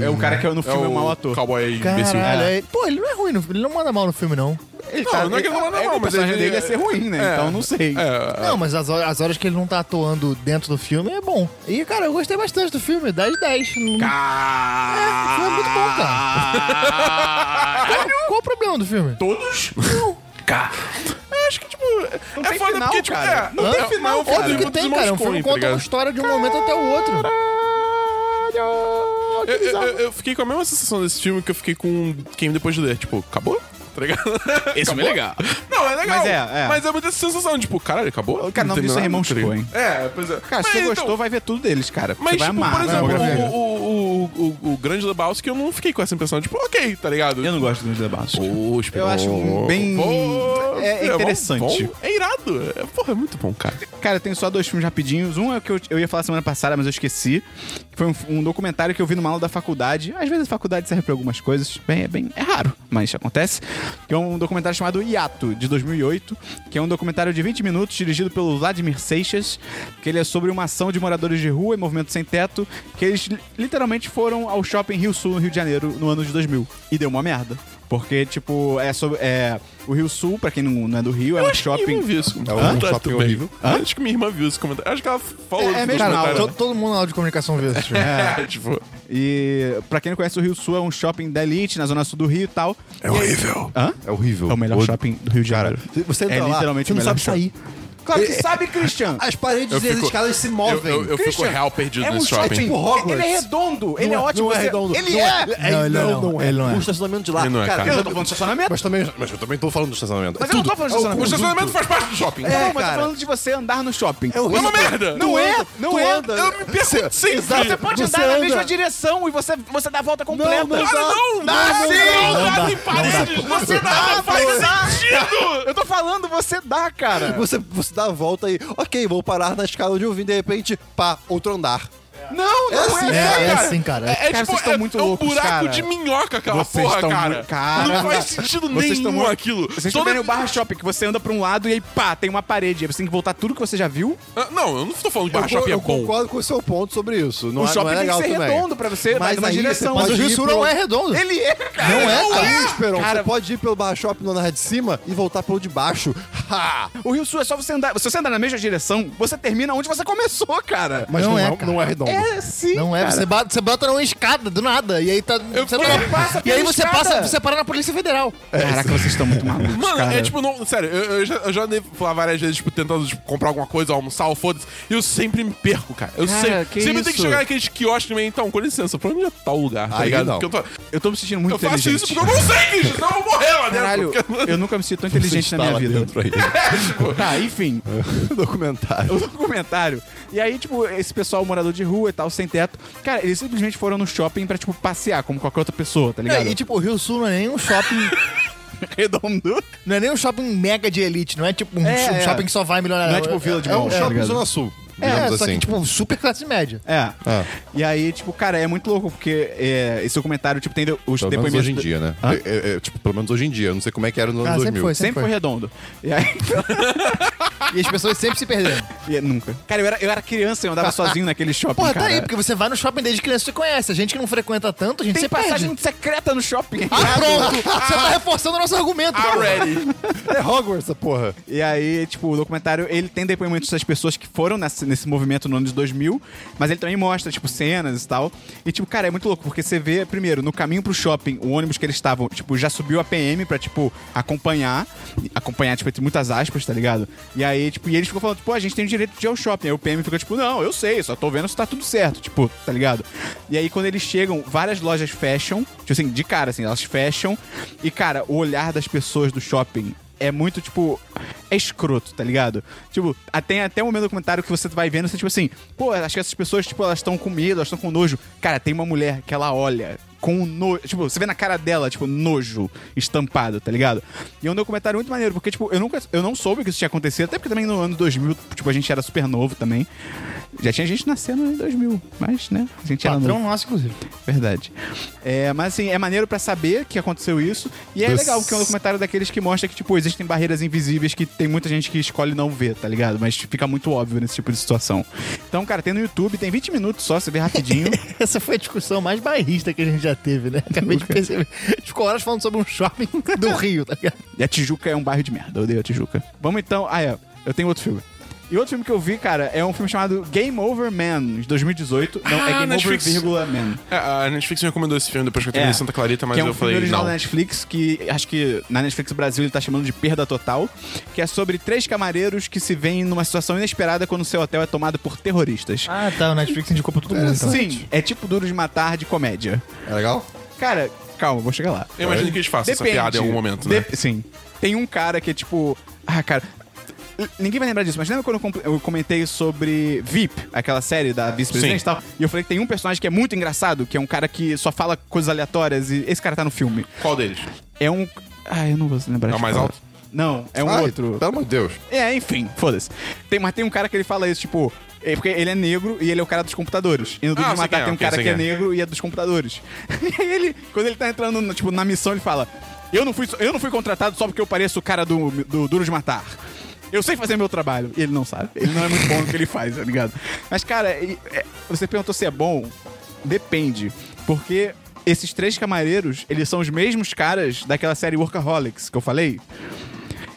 É, é o cara que no filme é o mau ator.
Cowboy imbecil.
Caralho, é- pô, ele não é ruim, no- ele não manda mal no filme, não.
Ele tá-
Não, não é que ele não manda mal,
o
mas
personagem
ele-
dele ia ser ruim, né?
É.
Então não sei.
Não, mas as, hor- as horas que ele não tá atuando dentro do filme é bom. E, cara, eu gostei bastante do filme, 10 de 10. Não-
É.
Cara...
É, foi muito bom,
cara.
Qual, qual o problema do filme?
Todos? Eu acho que, tipo.
Não
é
tem
foda
final,
porque, tipo.
cara.
É,
Não tem
é,
final,
é
cara.
um filme
Óbvio que
dos
tem,
irmãos
cara. Um
Coen,
filme
tá
conta uma
ligado?
história de um momento até o outro.
Eu, eu- eu- eu fiquei com a mesma sensação desse filme que eu fiquei com quem depois de ler. Tipo, acabou? Tá ligado?
Esse filme é legal.
Não, é legal.
Mas é, é.
Mas é muita sensação, tipo, caralho, acabou?
Cara, o nome disso é Irmão
terminou nada, tá
Chico,
ligado?
hein?
É, pois é.
Cara, se
Mas,
você
então,
gostou, vai ver tudo deles, cara.
Mas,
você vai
tipo,
amar.
por
vai amar.
exemplo, o, o, o, o, o grande Lebowski, eu não fiquei com essa impressão. Tipo, ok, tá ligado?
Eu não gosto dos debates.
Pô, espera-
Eu acho bem-
um- Pô,
é
bom,
interessante.
bom. É irado. É, porra, é muito bom, cara.
Cara, eu tenho só dois filmes rapidinhos. Um é o que eu, eu ia falar semana passada, mas eu esqueci. Foi um, um documentário que eu vi numa aula da faculdade. Às vezes a faculdade serve pra algumas coisas. Bem, é bem... É raro, mas acontece. Que é um documentário chamado Iato, de 2008. Que é um documentário de 20 minutos, dirigido pelo Vladimir Seixas. Que ele é sobre uma ação de moradores de rua e movimento sem teto. Que eles li- literalmente foram ao shopping Rio Sul, no Rio de Janeiro, no ano de 2000. E deu uma merda. Porque, tipo, é sobre... É, o Rio Sul, pra quem não, não é do Rio, é um
Minha
shopping...
irmã viu esse comentário.
É um
Hã?
shopping
Tudo bem.
horrível.
Hã? Acho que minha irmã viu esse comentário. Acho que ela falou
É- é
dos
mesmo,
Cara,
comentários.
to- todo mundo na aula de comunicação vê esse filme.
É, tipo,
E pra quem não conhece, o Rio Sul é um shopping da elite, na zona sul do Rio e tal.
é horrível.
Hã?
É horrível.
É o melhor
Ô,
shopping do Rio de
Cara,
Janeiro.
você entra
é
lá,
literalmente
você
o
não
melhor
sabe sair. É.
shopping. Claro que sabe, Christian!
As paredes
Eu
e as
fico-
escadas se
É
Eu,
movem.
eu, eu fico real perdido
um
nesse shopping.
tipo Hogwarts.
Ele é redondo, ele é
Não
ótimo.
Não é
você-
redondo.
Ele
não
é!
Não,
é
ele não
não,
é.
não é.
Ele não é.
O estacionamento de lá.
Ele não é, cara.
Eu
eu
não
tô-
tô falando de estacionamento.
Mas também, mas eu também tô falando do estacionamento.
Mas
é
eu não É,
tudo.
tô falando de
É o
O
estacionamento.
conjunto.
estacionamento faz parte do shopping.
Não, mas
É, cara.
tô falando de você andar no shopping.
É horrível.
uma merda.
Não é, não
tu
é.
anda.
Eu me perco
Você-
sempre.
Exato.
Você pode
Você
andar na
anda.
mesma direção e você, você dá a volta completa.
Não, não
Cara, não!
Dá
não,
sim!
não,
Não
nada
dá.
em paredes!
Não
Você tá
dá,
nada faz
não.
sentido!
Eu tô falando, você dá, cara.
Você, você dá a volta e, ok, vou parar na escada onde eu vim, de repente, pá, outro andar.
Não, não é, cara.
assim,
É,
Não,
é
cara.
assim, cara.
É, é
Cara,
tipo,
vocês tão
é,
muito
é um
loucos,
buraco
cara.
de minhoca aquela
Vocês
porra,
tão
cara.
muito- cara.
Não faz sentido
Vocês
nenhum
estão muito-
aquilo.
Vocês estão
Toda-
vendo o barra shopping, que você anda pra um lado e aí pá, tem uma parede. Aí você tem que voltar tudo que você já viu.
Ah, Não, eu não tô falando que
Eu,
barra shopping é
eu
bom.
concordo com o seu ponto sobre isso. Não
o
é,
shopping
não é legal
tem que ser
também.
redondo pra você, mas
Mas
na
aí você
direção.
Mas o
pode
Rio
ir
Sul
pro-
não é redondo.
Ele é, cara.
Não é,
Não
cara.
é.
Esperon,
Cara-
Você pode ir pelo barra shopping na de cima e voltar pelo de baixo. Ha!
O Rio Sul é só você andar. Se você andar na mesma direção, você termina onde você começou, cara.
Mas
Não
não,
é,
é,
cara.
não é redondo.
É sim.
Não é, você bota, você bota numa escada do nada, e aí tá. você
fui-
não-
passa
e aí
pela
você
escada.
passa, você para na Polícia Federal.
é
Caraca, vocês estão muito malucos.
Mano,
cara.
é tipo, não, sério, eu, eu já, eu já andei falar várias vezes, tipo, tentando tipo, comprar alguma coisa, almoçar, ou foda-se, e eu sempre me perco, cara. Eu
Cara,
sempre,
que
sempre tenho que
isso?
chegar naqueles quiosques e meio, então, com licença, pra onde é tal lugar, tá
Aí
ligado?
não.
Porque eu, tô-
Eu tô me sentindo muito
eu faço
inteligente.
isso porque eu não sei, Christian, senão eu vou morrer lá dentro.
Caralho,
porque-
eu nunca me sinto tão inteligente na minha vida. Tá, enfim.
Documentário.
o documentário. E aí, tipo, esse pessoal morador de rua e tal, sem teto, cara, eles simplesmente foram no shopping pra, tipo, passear, como qualquer outra pessoa, tá ligado?
e tipo, o Rio Sul não é nem um shopping.
redondo.
Não é nem um shopping mega de elite, não é tipo um,
É,
sh- um
é.
shopping que só vai melhorar.
Não é tipo Vila de
É um
Bom, tá
shopping
ligado?
Zona Sul,
É,
digamos
só
assim.
que tipo super classe média.
É.
Ah.
E aí, tipo, cara, é muito louco, porque é, esse documentário, tipo, tem de- os
Pelo menos
depoimentos.
hoje em dia, né?
Hã?
É, é, é, tipo, pelo menos hoje em dia. Eu não sei como é que era no ano
Ah, sempre
2000.
foi,
Sempre foi redondo. E aí.
E as pessoas sempre se perdendo.
e é, nunca. Cara, eu era, eu era criança e eu andava sozinho naquele shopping.
Porra,
cara.
tá aí, porque você vai no shopping desde criança, você conhece. A gente que não frequenta tanto, a gente
Tem
se perde.
passagem secreta no shopping.
Ah, pronto! Você tá reforçando o nosso argumento.
Tá
cara.
Already.
É Hogwarts, essa porra.
E aí, tipo, o documentário, ele tem depoimentos das pessoas que foram nessa- nesse movimento no ano de 2000, mas ele também mostra, tipo, cenas e tal. E, tipo, cara, é muito louco, porque você vê, primeiro, no caminho pro shopping, o ônibus que eles estavam, tipo, já subiu a PM pra, tipo, acompanhar. Acompanhar, tipo, entre muitas aspas, tá ligado? E aí, tipo, e eles ficam falando, pô, a gente tem o direito de ir ao shopping. Aí o PM fica, tipo, não, eu sei, só tô vendo se tá tudo certo, tipo, tá ligado? E aí, quando eles chegam, várias lojas fecham, tipo assim, de cara, assim, elas fecham. E, cara, o olhar das pessoas do shopping é muito, tipo, é escroto, tá ligado? Tipo, a- tem até um momento do comentário que você vai vendo, você, tipo assim, pô, acho que essas pessoas, tipo, elas estão com medo, elas estão com nojo. Cara, tem uma mulher que ela olha com nojo. Tipo, você vê na cara dela, tipo, nojo estampado, tá ligado? E é um documentário muito maneiro, porque, tipo, eu, nunca, eu não soube que isso tinha acontecido, até porque também no ano 2000, tipo, a gente era super novo também. Já tinha gente nascendo em 2000, mas, né? A gente era
é. Patrão
novo.
nosso, inclusive.
Verdade. É, mas assim, é maneiro pra saber que aconteceu isso. E é
Dos-
legal, porque é um documentário daqueles que mostra que, tipo, existem barreiras invisíveis que tem muita gente que escolhe não ver, tá ligado? Mas fica muito óbvio nesse tipo de situação. Então, cara, tem no YouTube, tem 20 minutos só, você vê rapidinho.
Essa foi a discussão mais bairrista que a gente já teve, né? Acabei de perceber. A gente ficou horas falando sobre um shopping do Rio, tá ligado?
e a Tijuca é um bairro de merda, eu odeio a Tijuca. Vamos então. Ah, é. Eu tenho outro filme. E outro filme que eu vi, cara, é um filme chamado Game Over Man, de 2018. Não,
Ah,
é Game
Netflix.
Over, vírgula, Man.
É, a Netflix me recomendou esse filme depois que eu terminei
É.
Santa Clarita, mas
que é um
eu
filme
falei,
original
não.
da Netflix, que acho que na Netflix Brasil ele tá chamando de Perda Total, que é sobre três camareiros que se veem numa situação inesperada quando seu hotel é tomado por terroristas.
Ah, tá. O Netflix indicou pra todo mundo, então.
Sim, é tipo Duro de Matar de comédia.
É legal?
Cara, calma, vou chegar lá.
Eu imagino que eles façam essa piada em algum momento, né?
Dep- Sim. Tem um cara que é tipo. Ah, cara. l- Ninguém vai lembrar disso, mas lembra quando eu com- eu comentei sobre VIP, aquela série da vice-presidente e
Sim.
tal? E eu falei que tem um personagem que é muito engraçado, que é um cara que só fala coisas aleatórias e esse cara tá no filme.
Qual deles?
É um. Ah, eu não vou lembrar
É o
de
mais
falar.
alto?
Não, é um
Ai,
outro.
Pelo amor de Deus.
É, enfim, foda-se. Tem, mas tem um cara que ele fala isso, tipo. é porque ele é negro e ele é o cara dos computadores. E no Duro
Ah,
de
sei
Matar
quem é,
tem um
ok,
cara
sei
que é
quem é.
negro e é dos computadores. E aí ele, quando ele tá entrando no- tipo, na missão, ele fala: eu não, fui, eu não fui contratado só porque eu pareço o cara do, do Duro de Matar. Eu sei fazer meu trabalho. E ele não sabe. Ele não é muito bom no que ele faz, tá ligado? Mas, cara, e- é, você perguntou se é bom. Depende. Porque esses três camareiros, eles são os mesmos caras daquela série Workaholics que eu falei.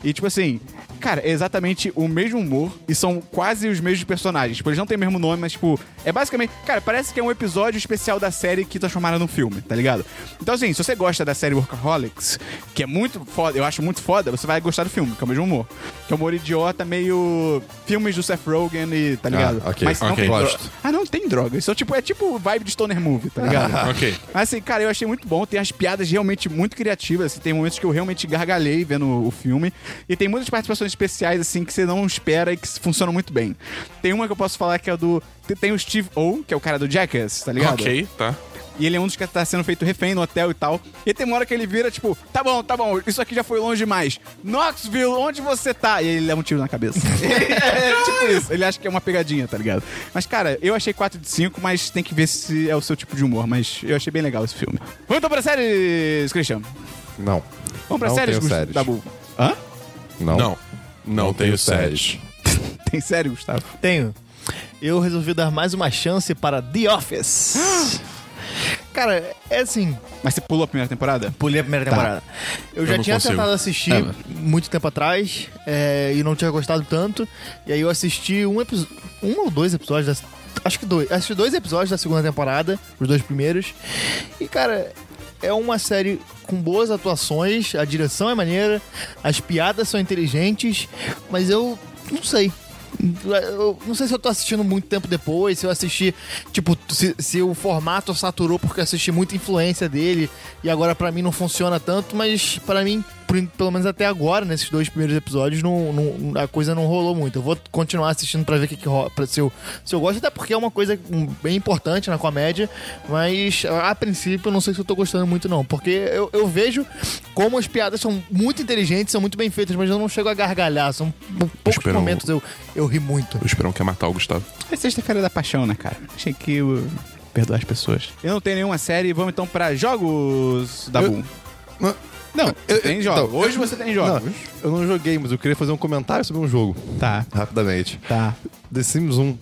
E tipo assim, cara, é exatamente o mesmo humor e são quase os mesmos personagens. Tipo, eles não têm o mesmo nome, mas tipo, é basicamente, cara, parece que é um episódio especial da série que transformaram num filme, tá ligado? Então assim, se você gosta da série Workaholics, que é muito foda, eu acho muito foda, você vai gostar do filme, que é o mesmo humor. Que é um humor idiota, meio filmes do Seth Rogen e, tá ligado?
ok,
mas não
ok,
tem dro-
gosto.
Ah, não tem droga. Isso é tipo, é tipo vibe de stoner movie, tá ligado?
Ok.
Mas, Assim, cara, eu achei muito bom. Tem as piadas realmente muito criativas. assim, tem momentos que eu realmente gargalhei vendo o filme. E tem muitas participações especiais, assim, que você não espera e que funcionam muito bem. Tem uma que eu posso falar que é do. tem- Tem o Steve O, que é o cara do Jackass, tá ligado?
Ok, tá.
E ele é um dos que tá sendo feito refém no hotel e tal. E tem uma hora que ele vira, tipo, tá bom, tá bom, isso aqui já foi longe demais. Knoxville, onde você tá? E ele leva um tiro na cabeça. é, tipo isso. Ele acha que é uma pegadinha, tá ligado? Mas, cara, eu achei 4 de 5, mas tem que ver se é o seu tipo de humor. Mas eu achei bem legal esse filme. Vamos então pra séries, Christian.
Não.
Vamos pra
Não
séries,
tenho
Gustavo.
séries.
Dabu. Hã?
Não.
Então,
Não. Não, tenho séries.
Tem série, Gustavo?
Tenho. Eu resolvi dar mais uma chance para The Office.
Ah!
Cara, é assim,
Mas você pulou a primeira temporada?
pulei a primeira temporada. Tá. Eu já
não
tinha
consigo.
tentado assistir
É, mas-
muito tempo atrás é, e não tinha gostado tanto. E aí eu assisti um episódio. Um ou dois episódios da. Acho que dois. Assisti dois episódios da segunda temporada, os dois primeiros. E, cara, é uma série com boas atuações, a direção é maneira, as piadas são inteligentes, mas eu não sei. Eu não sei se eu tô assistindo muito tempo depois, se eu assisti, tipo, se, se o formato saturou porque eu assisti muita influência dele e agora pra mim não funciona tanto, mas pra mim, por en- pelo menos até agora, nesses dois primeiros episódios, não, não- a coisa não rolou muito. Eu vou continuar assistindo pra ver o que, que rola, pra- se, eu, se eu gosto, até porque é uma coisa hum, bem importante na comédia, mas a princípio eu não sei se eu tô gostando muito não, porque eu, eu vejo como as piadas são muito inteligentes, são muito bem feitas, mas eu não chego a gargalhar, são pou- poucos
Espera um-
momentos eu, eu ri muito.
O Esperão quer matar o Gustavo.
É sexta-feira da paixão, né, cara? Achei que eu... perdoar as pessoas. Eu não tenho nenhuma série, vamos então pra jogos da
Eu-
Boom.
Não.
Não,
Eu-
tem jogos.
então,
Hoje você tem
Não,
jogos.
eu não joguei, mas eu queria fazer um comentário sobre um jogo,
Tá,
rapidamente.
tá.
The Sims 1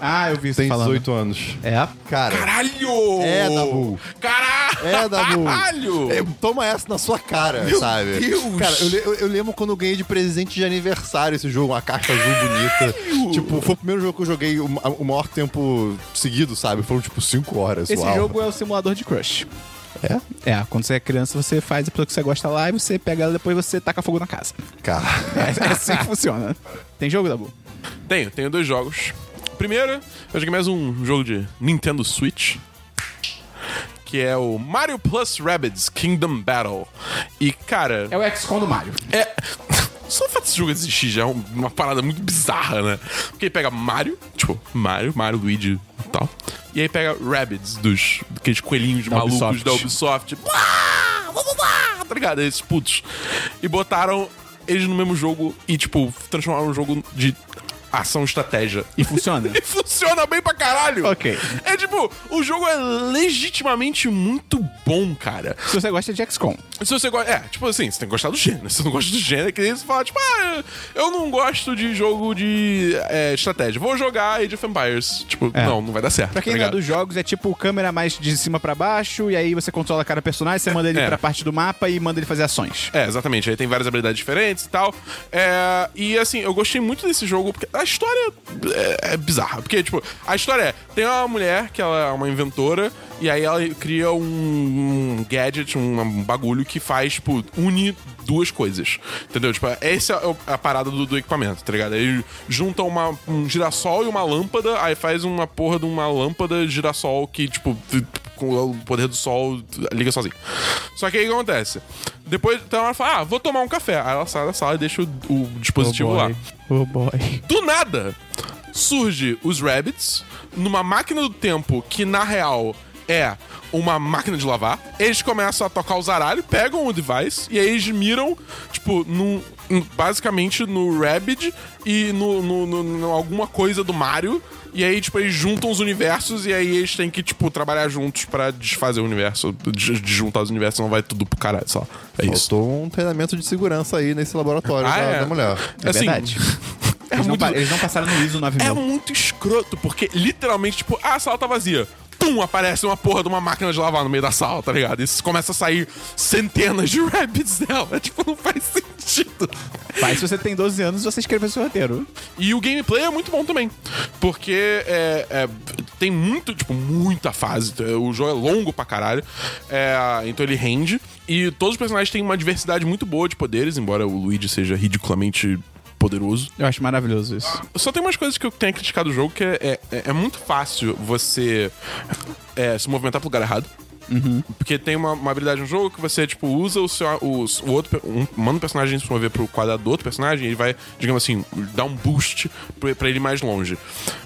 Ah, eu vi isso
tem
falando.
18 anos.
É.
Cara,
Caralho!
É, Dabu.
Caralho!
É, Dabu.
Caralho!
é, toma essa na sua cara, sabe?
Deus.
Cara, eu, le- eu- eu lembro quando eu ganhei de presente de aniversário esse jogo, uma caixa azul bonita. Tipo, foi o primeiro jogo que eu joguei o, ma- o maior tempo seguido, sabe? Foram tipo 5 horas.
Esse
uau.
jogo é o simulador de crush.
É?
É, quando você é criança, você faz a pessoa que você gosta lá e você pega ela e depois você taca fogo na casa.
Cara.
É, é assim que funciona. Tem jogo, Dabu?
Tenho, tenho dois jogos. Primeiro, eu joguei mais um jogo de Nintendo Switch. Que é o Mario Plus Rabbids Kingdom Battle. E, cara.
É o XCOM do Mario.
É. Só o fato desse jogo existir já é um- uma parada muito bizarra, né? Porque ele pega Mario, tipo, Mario, Mario, Luigi e tal. E aí pega Rabbids, dos aqueles coelhinhos malucos
Ubisoft.
da Ubisoft. Uá! Vamos lá! Tá ligado? Esses putos. E botaram eles no mesmo jogo e, tipo, transformaram um jogo de ação-estratégia.
E funciona?
E funciona bem pra caralho.
Ok.
É tipo, o jogo é legitimamente muito bom, cara.
Se você gosta de XCOM.
Se você gosta. É, tipo assim, você tem que gostar do gênero. Se você não gosta do gênero, é que nem você fala, tipo, ah, eu não gosto de jogo de é, estratégia. Vou jogar Age of Empires. Tipo, não, não vai dar certo.
Pra quem
tá
não é
ligado?
dos jogos, é tipo câmera mais de cima pra baixo, e aí você controla cada personagem, você manda ele
é.
pra parte do mapa e manda ele fazer ações.
É, exatamente. Aí tem várias habilidades diferentes e tal. É, e assim, eu gostei muito desse jogo, porque a história é, é bizarra. Porque, tipo, a história é: tem uma mulher que ela é uma inventora, e aí ela cria um, um gadget, um, um bagulho que faz, tipo, une duas coisas. Entendeu? Tipo, essa é o- a parada do, do equipamento, tá ligado? Aí junta uma- um girassol e uma lâmpada, aí faz uma porra de uma lâmpada girassol que, tipo, com o poder do sol, liga sozinho. Só que aí o que acontece? Depois, então ela fala, ah, vou tomar um café. Aí ela sai da sala e deixa o, o dispositivo lá.
Oh boy.
Do nada, surge os Rabbits numa máquina do tempo que, na real, é uma máquina de lavar. Eles começam a tocar o zaralho, pegam o device e aí eles miram, tipo, num, num- basicamente no Rabbit e no, no- no- no- alguma coisa do Mario. E aí, tipo, eles juntam os universos e aí eles têm que, tipo, trabalhar juntos pra desfazer o universo, des- desjuntar os universos, senão vai tudo pro caralho, só. É isso.
Faltou um treinamento de segurança aí nesse laboratório da, da mulher.
É assim,
verdade.
É
Eles,
muito-
não, pa- eles não passaram no ISO 9000.
é muito escroto, porque literalmente, tipo, ah, a sala tá vazia. Pum, aparece uma porra de uma máquina de lavar no meio da sala, tá ligado? E começa a sair centenas de rabbits dela. Tipo, não faz sentido.
Mas se você tem 12 anos, você escreveu seu roteiro.
E o gameplay é muito bom também. Porque é, é, tem muito, tipo, muita fase. O jogo é longo pra caralho. É, então ele rende. E todos os personagens têm uma diversidade muito boa de poderes, embora o Luigi seja ridiculamente poderoso.
Eu acho maravilhoso isso.
Só tem umas coisas que eu tenho a criticar do jogo que é, é, é muito fácil você é, se movimentar pro lugar errado.
Uhum.
Porque tem uma, uma habilidade no jogo que você, tipo, usa o seu. O, o outro, pe- um, manda o personagem se mover pro quadrado do outro personagem e ele vai, digamos assim, dar um boost pra, pra ele ir mais longe.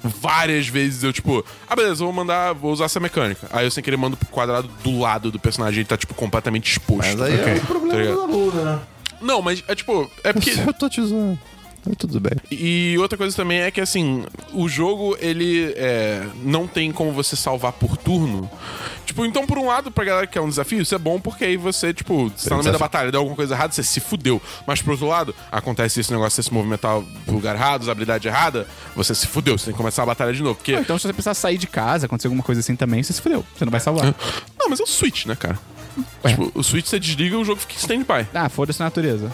Várias vezes eu, tipo, ah, beleza, vou mandar, vou usar essa mecânica. Aí eu sem querer mando pro quadrado do lado do personagem, ele tá, tipo, completamente exposto.
Mas aí é o
Tá
problema
ligado?
da Luna, né?
Não, mas é tipo, é porque.
Eu tô te zoando. Tá tudo bem.
E outra coisa também é que, assim, o jogo, ele é, não tem como você salvar por turno. Tipo, então, por um lado, pra galera que quer um desafio, isso é bom, porque aí você, tipo, você tá no meio
desafio.
da batalha, deu alguma coisa errada, você se fudeu. Mas, por outro lado, acontece esse negócio de você se movimentar pro lugar errado, usar habilidade errada, você se fudeu, você tem que começar a batalha de novo. Porque...
Ou então, se você precisar sair de casa, acontecer alguma coisa assim também, você se fudeu. Você não vai salvar.
Não, mas é o Switch, né, cara?
É.
Tipo, o Switch você desliga e o jogo fica em stand-by.
Ah, foda-se a natureza.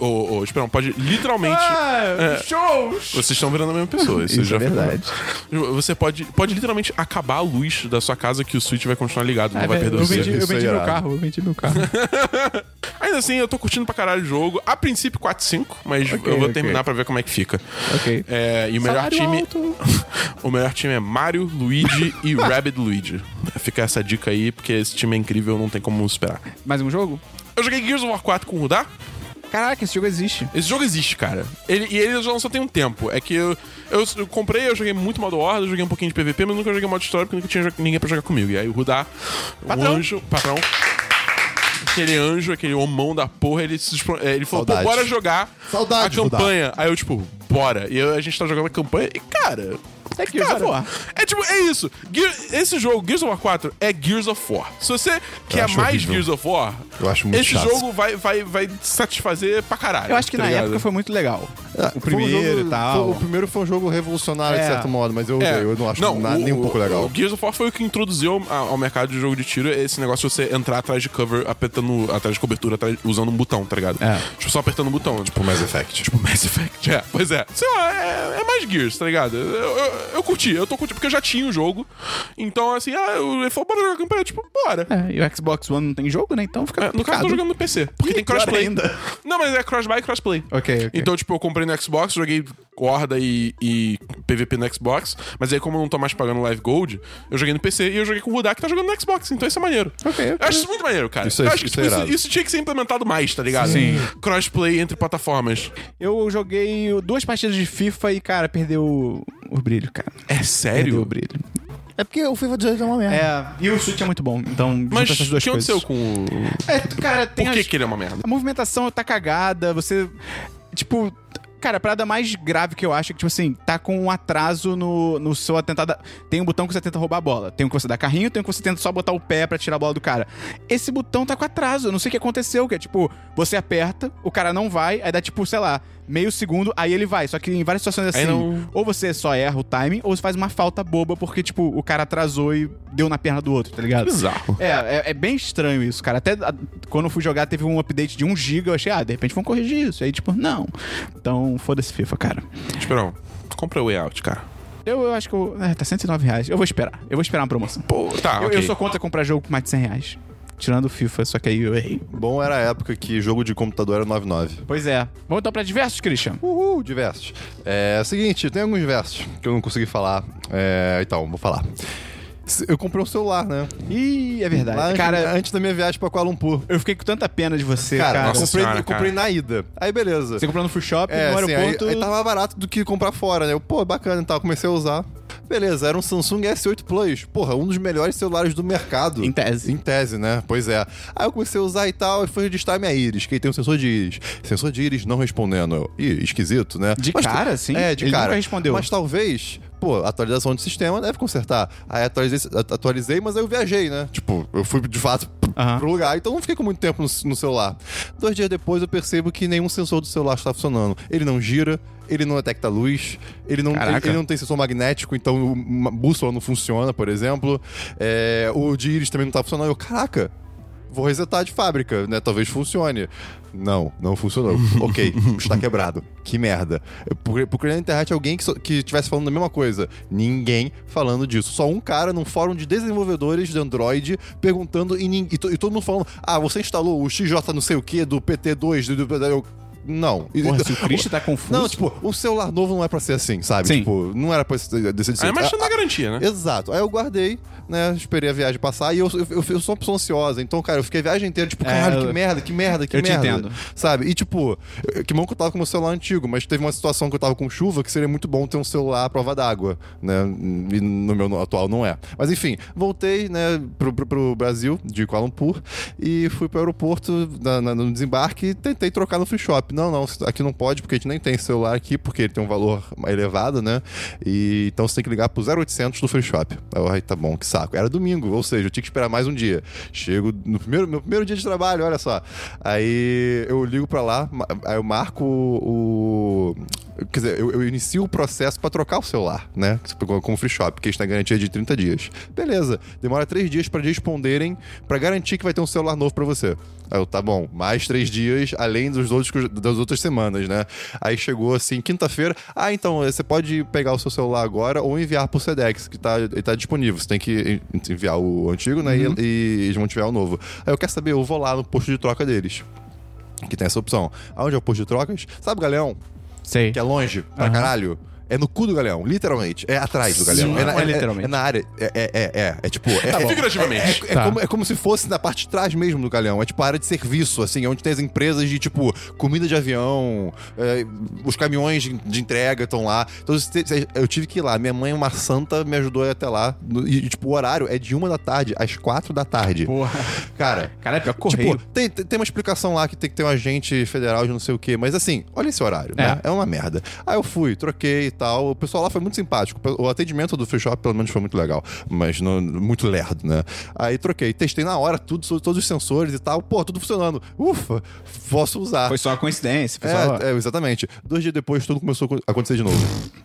Ô, ô, ô, Esperão, pode literalmente... É.
shows!
Vocês estão virando a mesma pessoa. Isso,
Isso
já
é
foi- um
verdade.
Você pode, pode literalmente acabar a luz da sua casa que o Switch vai continuar ligado, não
Ah,
vai
velho,
perder
eu
o
vendi,
serviço.
eu
serviço
vendi
aí,
meu
irado.
carro, eu vendi meu carro.
Ainda assim, eu tô curtindo pra caralho o jogo. A princípio 4-5, mas
Ok,
eu vou
ok.
terminar pra ver como é que fica.
ok.
É, e o melhor
Salário
time.
alto.
o melhor time é Mario, Luigi e Rabbit Luigi. Fica essa dica aí, porque esse time é incrível, não tem como esperar.
Mais um jogo?
Eu joguei Gears of War 4 com o Rudá.
Caraca, esse jogo existe.
Esse jogo existe, cara. Ele, e ele já lançou tem um tempo. É que eu, eu, eu comprei, eu joguei muito modo horda, eu joguei um pouquinho de PVP, mas nunca joguei modo história porque nunca tinha jo- ninguém pra jogar comigo. E aí o Rudá,
Patrão.
um anjo, patrão. Aquele anjo, aquele homão da porra, ele, se despro- é, ele falou, pô,
Saudades.
bora jogar
Saudades,
a
Rudá.
campanha. Aí eu, tipo, bora. E eu- a gente tá jogando a campanha e, cara...
É que
cara,
eu já-
é tipo, é isso. Gear- esse jogo, Gears of War 4, é Gears of War. Se você quer
acho
mais
horrível.
Gears of War,
Eu acho muito
esse
chato.
jogo vai, vai, vai satisfazer pra caralho.
Eu acho que
tá
na
ligado? Ah,
época foi muito legal. O primeiro
Foi um jogo-
e tal.
foi- o primeiro foi um jogo revolucionário,
É.
de certo modo, mas eu,
É.
eu não acho na-
o-
nem um pouco
o-
legal.
O Gears of War foi o que introduziu a- ao mercado de jogo de tiro esse negócio de você entrar atrás de cover, apertando, atrás de cobertura, atrás- usando um botão, tá ligado?
É.
Tipo, só apertando um botão. Tipo,
Mass Effect.
Tipo, Mass Effect, é. Pois é. Sei lá, é, é mais Gears, tá ligado? Eu, eu, eu curti, eu tô curtindo, porque eu já tinha o jogo. Então, assim, ah, eu, ele falou, bora jogar campanha. Eu, Tipo, bora.
É, e o Xbox One não tem jogo, né? Então fica
É, No caso, eu
complicado.
tô jogando no PC. Porque
Ih,
tem
pior
crossplay.
ainda.
Não, mas é crossbuy e crossplay.
Ok, ok.
Então, tipo, eu comprei no Xbox, joguei Horda e, e PVP no Xbox. Mas aí, como eu não tô mais pagando Live Gold, eu joguei no PC e eu joguei com o Rudá que tá jogando no Xbox. Então isso é maneiro.
Ok, ok.
Eu acho isso muito maneiro, cara.
Isso é-
eu acho que
isso
tipo,
é
isso,
irado.
isso tinha que ser implementado mais, tá ligado?
Sim.
Crossplay entre plataformas.
Eu joguei duas partidas de FIFA e, cara, perdeu o brilho, cara.
É
Perdeu
sério?
o brilho.
É porque o FIFA 18 é uma merda.
É, e o chute é muito bom. Então,
Mas
junta
o
essas
que
duas coisas.
aconteceu com o...
É, cara, tem
Por que,
as-
que ele é uma merda?
A movimentação tá cagada, você. Tipo. Cara, a parada mais grave que eu acho é que, tipo assim, tá com um atraso no, no seu atentada. Tem um botão que você tenta roubar a bola. Tem um que você dá carrinho, tem um que você tenta só botar o pé pra tirar a bola do cara. Esse botão tá com atraso. Eu não sei o que aconteceu, que é tipo, você aperta, o cara não vai, aí dá tipo, sei lá, meio segundo, aí ele vai. Só que em várias situações
Aí
assim,
não-
ou você só erra o timing, ou você faz uma falta boba porque, tipo, o cara atrasou e deu na perna do outro, tá ligado?
Bizarro.
É, é, é bem estranho isso, cara. Até a- quando eu fui jogar, teve um update de 1 GB. Eu achei, ah, de repente vão corrigir isso. Aí, tipo, não. Então, foda-se FIFA, cara.
Esperão, compra o Way Out, cara.
Eu, eu acho que eu. É, tá 109 reais. Eu vou esperar. Eu vou esperar uma promoção.
Pô, tá,
eu,
ok.
eu sou contra comprar jogo por mais de 100 reais. Tirando o FIFA, só que aí eu errei.
Bom era a época que jogo de computador era 99.
Pois é. Vamos então pra diversos, Christian.
Uhul, diversos. É, seguinte, tem alguns versos que eu não consegui falar. É, então, vou falar. Se- Eu comprei um celular, né?
Ih, é verdade.
Lá
cara,
antes, antes da minha viagem pra Kuala Lumpur.
eu fiquei com tanta pena de você, cara.
Cara, eu
Nossa
comprei,
senhora,
eu comprei
cara.
na ida. Aí, beleza.
Você comprou no Free Shop,
É,
no
assim, aí,
aeroporto.
aí tá mais barato do que comprar fora, né? Eu, Pô, bacana e tal, comecei a usar. Beleza, era um Samsung S8 Plus. Porra, um dos melhores celulares do mercado.
Em tese.
Em tese, né? Pois é. Aí eu comecei a usar e tal, e foi registrar minha íris, que tem um sensor de íris. Sensor de íris não respondendo. Eu, Ih, esquisito, né?
De cara, sim.
É, de
Ele
cara.
nunca respondeu.
Mas talvez... Pô, atualização de sistema deve consertar. Aí atualizei, at- atualizei, mas aí eu viajei, né? Tipo, eu fui de fato p-
Aham.
pro lugar, então não fiquei com muito tempo no, no celular. Dois dias depois eu percebo que nenhum sensor do celular está funcionando. Ele não gira, ele não detecta luz, ele não, ele,
Caraca.
ele não tem sensor magnético, então uma bússola não funciona, por exemplo. É, o de íris também não tá funcionando. Eu, caraca, vou resetar de fábrica, né? Talvez funcione. Não, não funcionou. ok, está quebrado. Que merda. Eu procurei procurei na internet alguém que, só- que estivesse falando da mesma coisa. Ninguém falando disso. Só um cara num fórum de desenvolvedores de Android perguntando e, nin- e to- e todo mundo falando: ah, você instalou o XJ não sei o que do PT2, do. do, do- eu- não.
Porra, se o Christian tá confuso.
Não, tipo, um celular novo não é pra ser assim, sabe?
Sim. Ah,
Tipo, não era pra ser desse desse
Aí,
jeito.
mas
Ah,
isso não é garantia, né?
Exato. Aí eu guardei, né? Esperei a viagem passar e eu, eu, eu, eu sou uma pessoa ansiosa. Então, cara, eu fiquei a viagem inteira, tipo,
É,
caralho,
eu-
que merda, que merda, que
eu te
merda.
entendo.
Sabe? E tipo, eu- que bom que eu tava com meu celular antigo, mas teve uma situação que eu tava com chuva que seria muito bom ter um celular à prova d'água, né? E no meu no- atual não é. Mas enfim, voltei, né, pro, pro, pro Brasil, de Kuala Lumpur, e fui pro aeroporto na- na- no desembarque e tentei trocar no free shop. Não, não, aqui não pode, porque a gente nem tem celular aqui, porque ele tem um valor elevado, né? E então você tem que ligar pro 0800 do free shop. Aí eu, Ai, tá bom, que saco. Era domingo, ou seja, eu tinha que esperar mais um dia. Chego no primeiro, meu primeiro dia de trabalho, olha só. Aí eu ligo pra lá, ma- aí eu marco o. o- Quer dizer, eu, eu inicio o processo pra trocar o celular, né? Com com o free shop, que a gente tem garantia de 30 dias. Beleza, demora 3 dias pra eles responderem, pra garantir que vai ter um celular novo pra você. Aí eu, tá bom, mais 3 dias, além dos outros, que eu- das outras semanas, né? Aí chegou assim, quinta-feira, ah, então, você pode pegar o seu celular agora ou enviar pro Sedex, que tá, ele tá disponível. Você tem que en- enviar o antigo, né? E, e eles vão enviar o novo. Aí eu quero saber, eu vou lá no posto de troca deles que tem essa opção. Aonde é o posto de trocas? Sabe o Galeão?
Sei.
Que é longe pra caralho? É no cu do Galeão, literalmente. É atrás do Galeão.
Sim,
é, na,
é
é-
literalmente.
é na área. É, é, é, é, é tipo. É, é-
Figurativamente.
é
Tá.
como, é como se fosse na parte de trás mesmo do Galeão. É tipo a área de serviço, assim, é onde tem as empresas de, tipo, comida de avião, é, os caminhões de, de entrega estão lá. Então se- se- eu tive que ir lá. Minha mãe, uma santa, me ajudou a ir até lá. No- E, tipo, o horário é de uma da tarde às quatro da tarde.
Porra.
Cara,
Caralho, pior que correio.
Tipo, tem, tem tem uma explicação lá que tem que ter um agente federal de não sei o quê, mas assim, olha esse horário, é. né? É uma merda. Aí eu fui, troquei e tal. O pessoal lá foi muito simpático. O atendimento do free shop, pelo menos, foi muito legal. Mas não- muito lerdo, né? Aí troquei, testei na hora tudo, so- todos os sensores e tal. Pô, tudo funcionando. Ufa, posso usar.
Foi só uma coincidência. Foi só...
É, é, exatamente. Dois dias depois, tudo começou a acontecer de novo.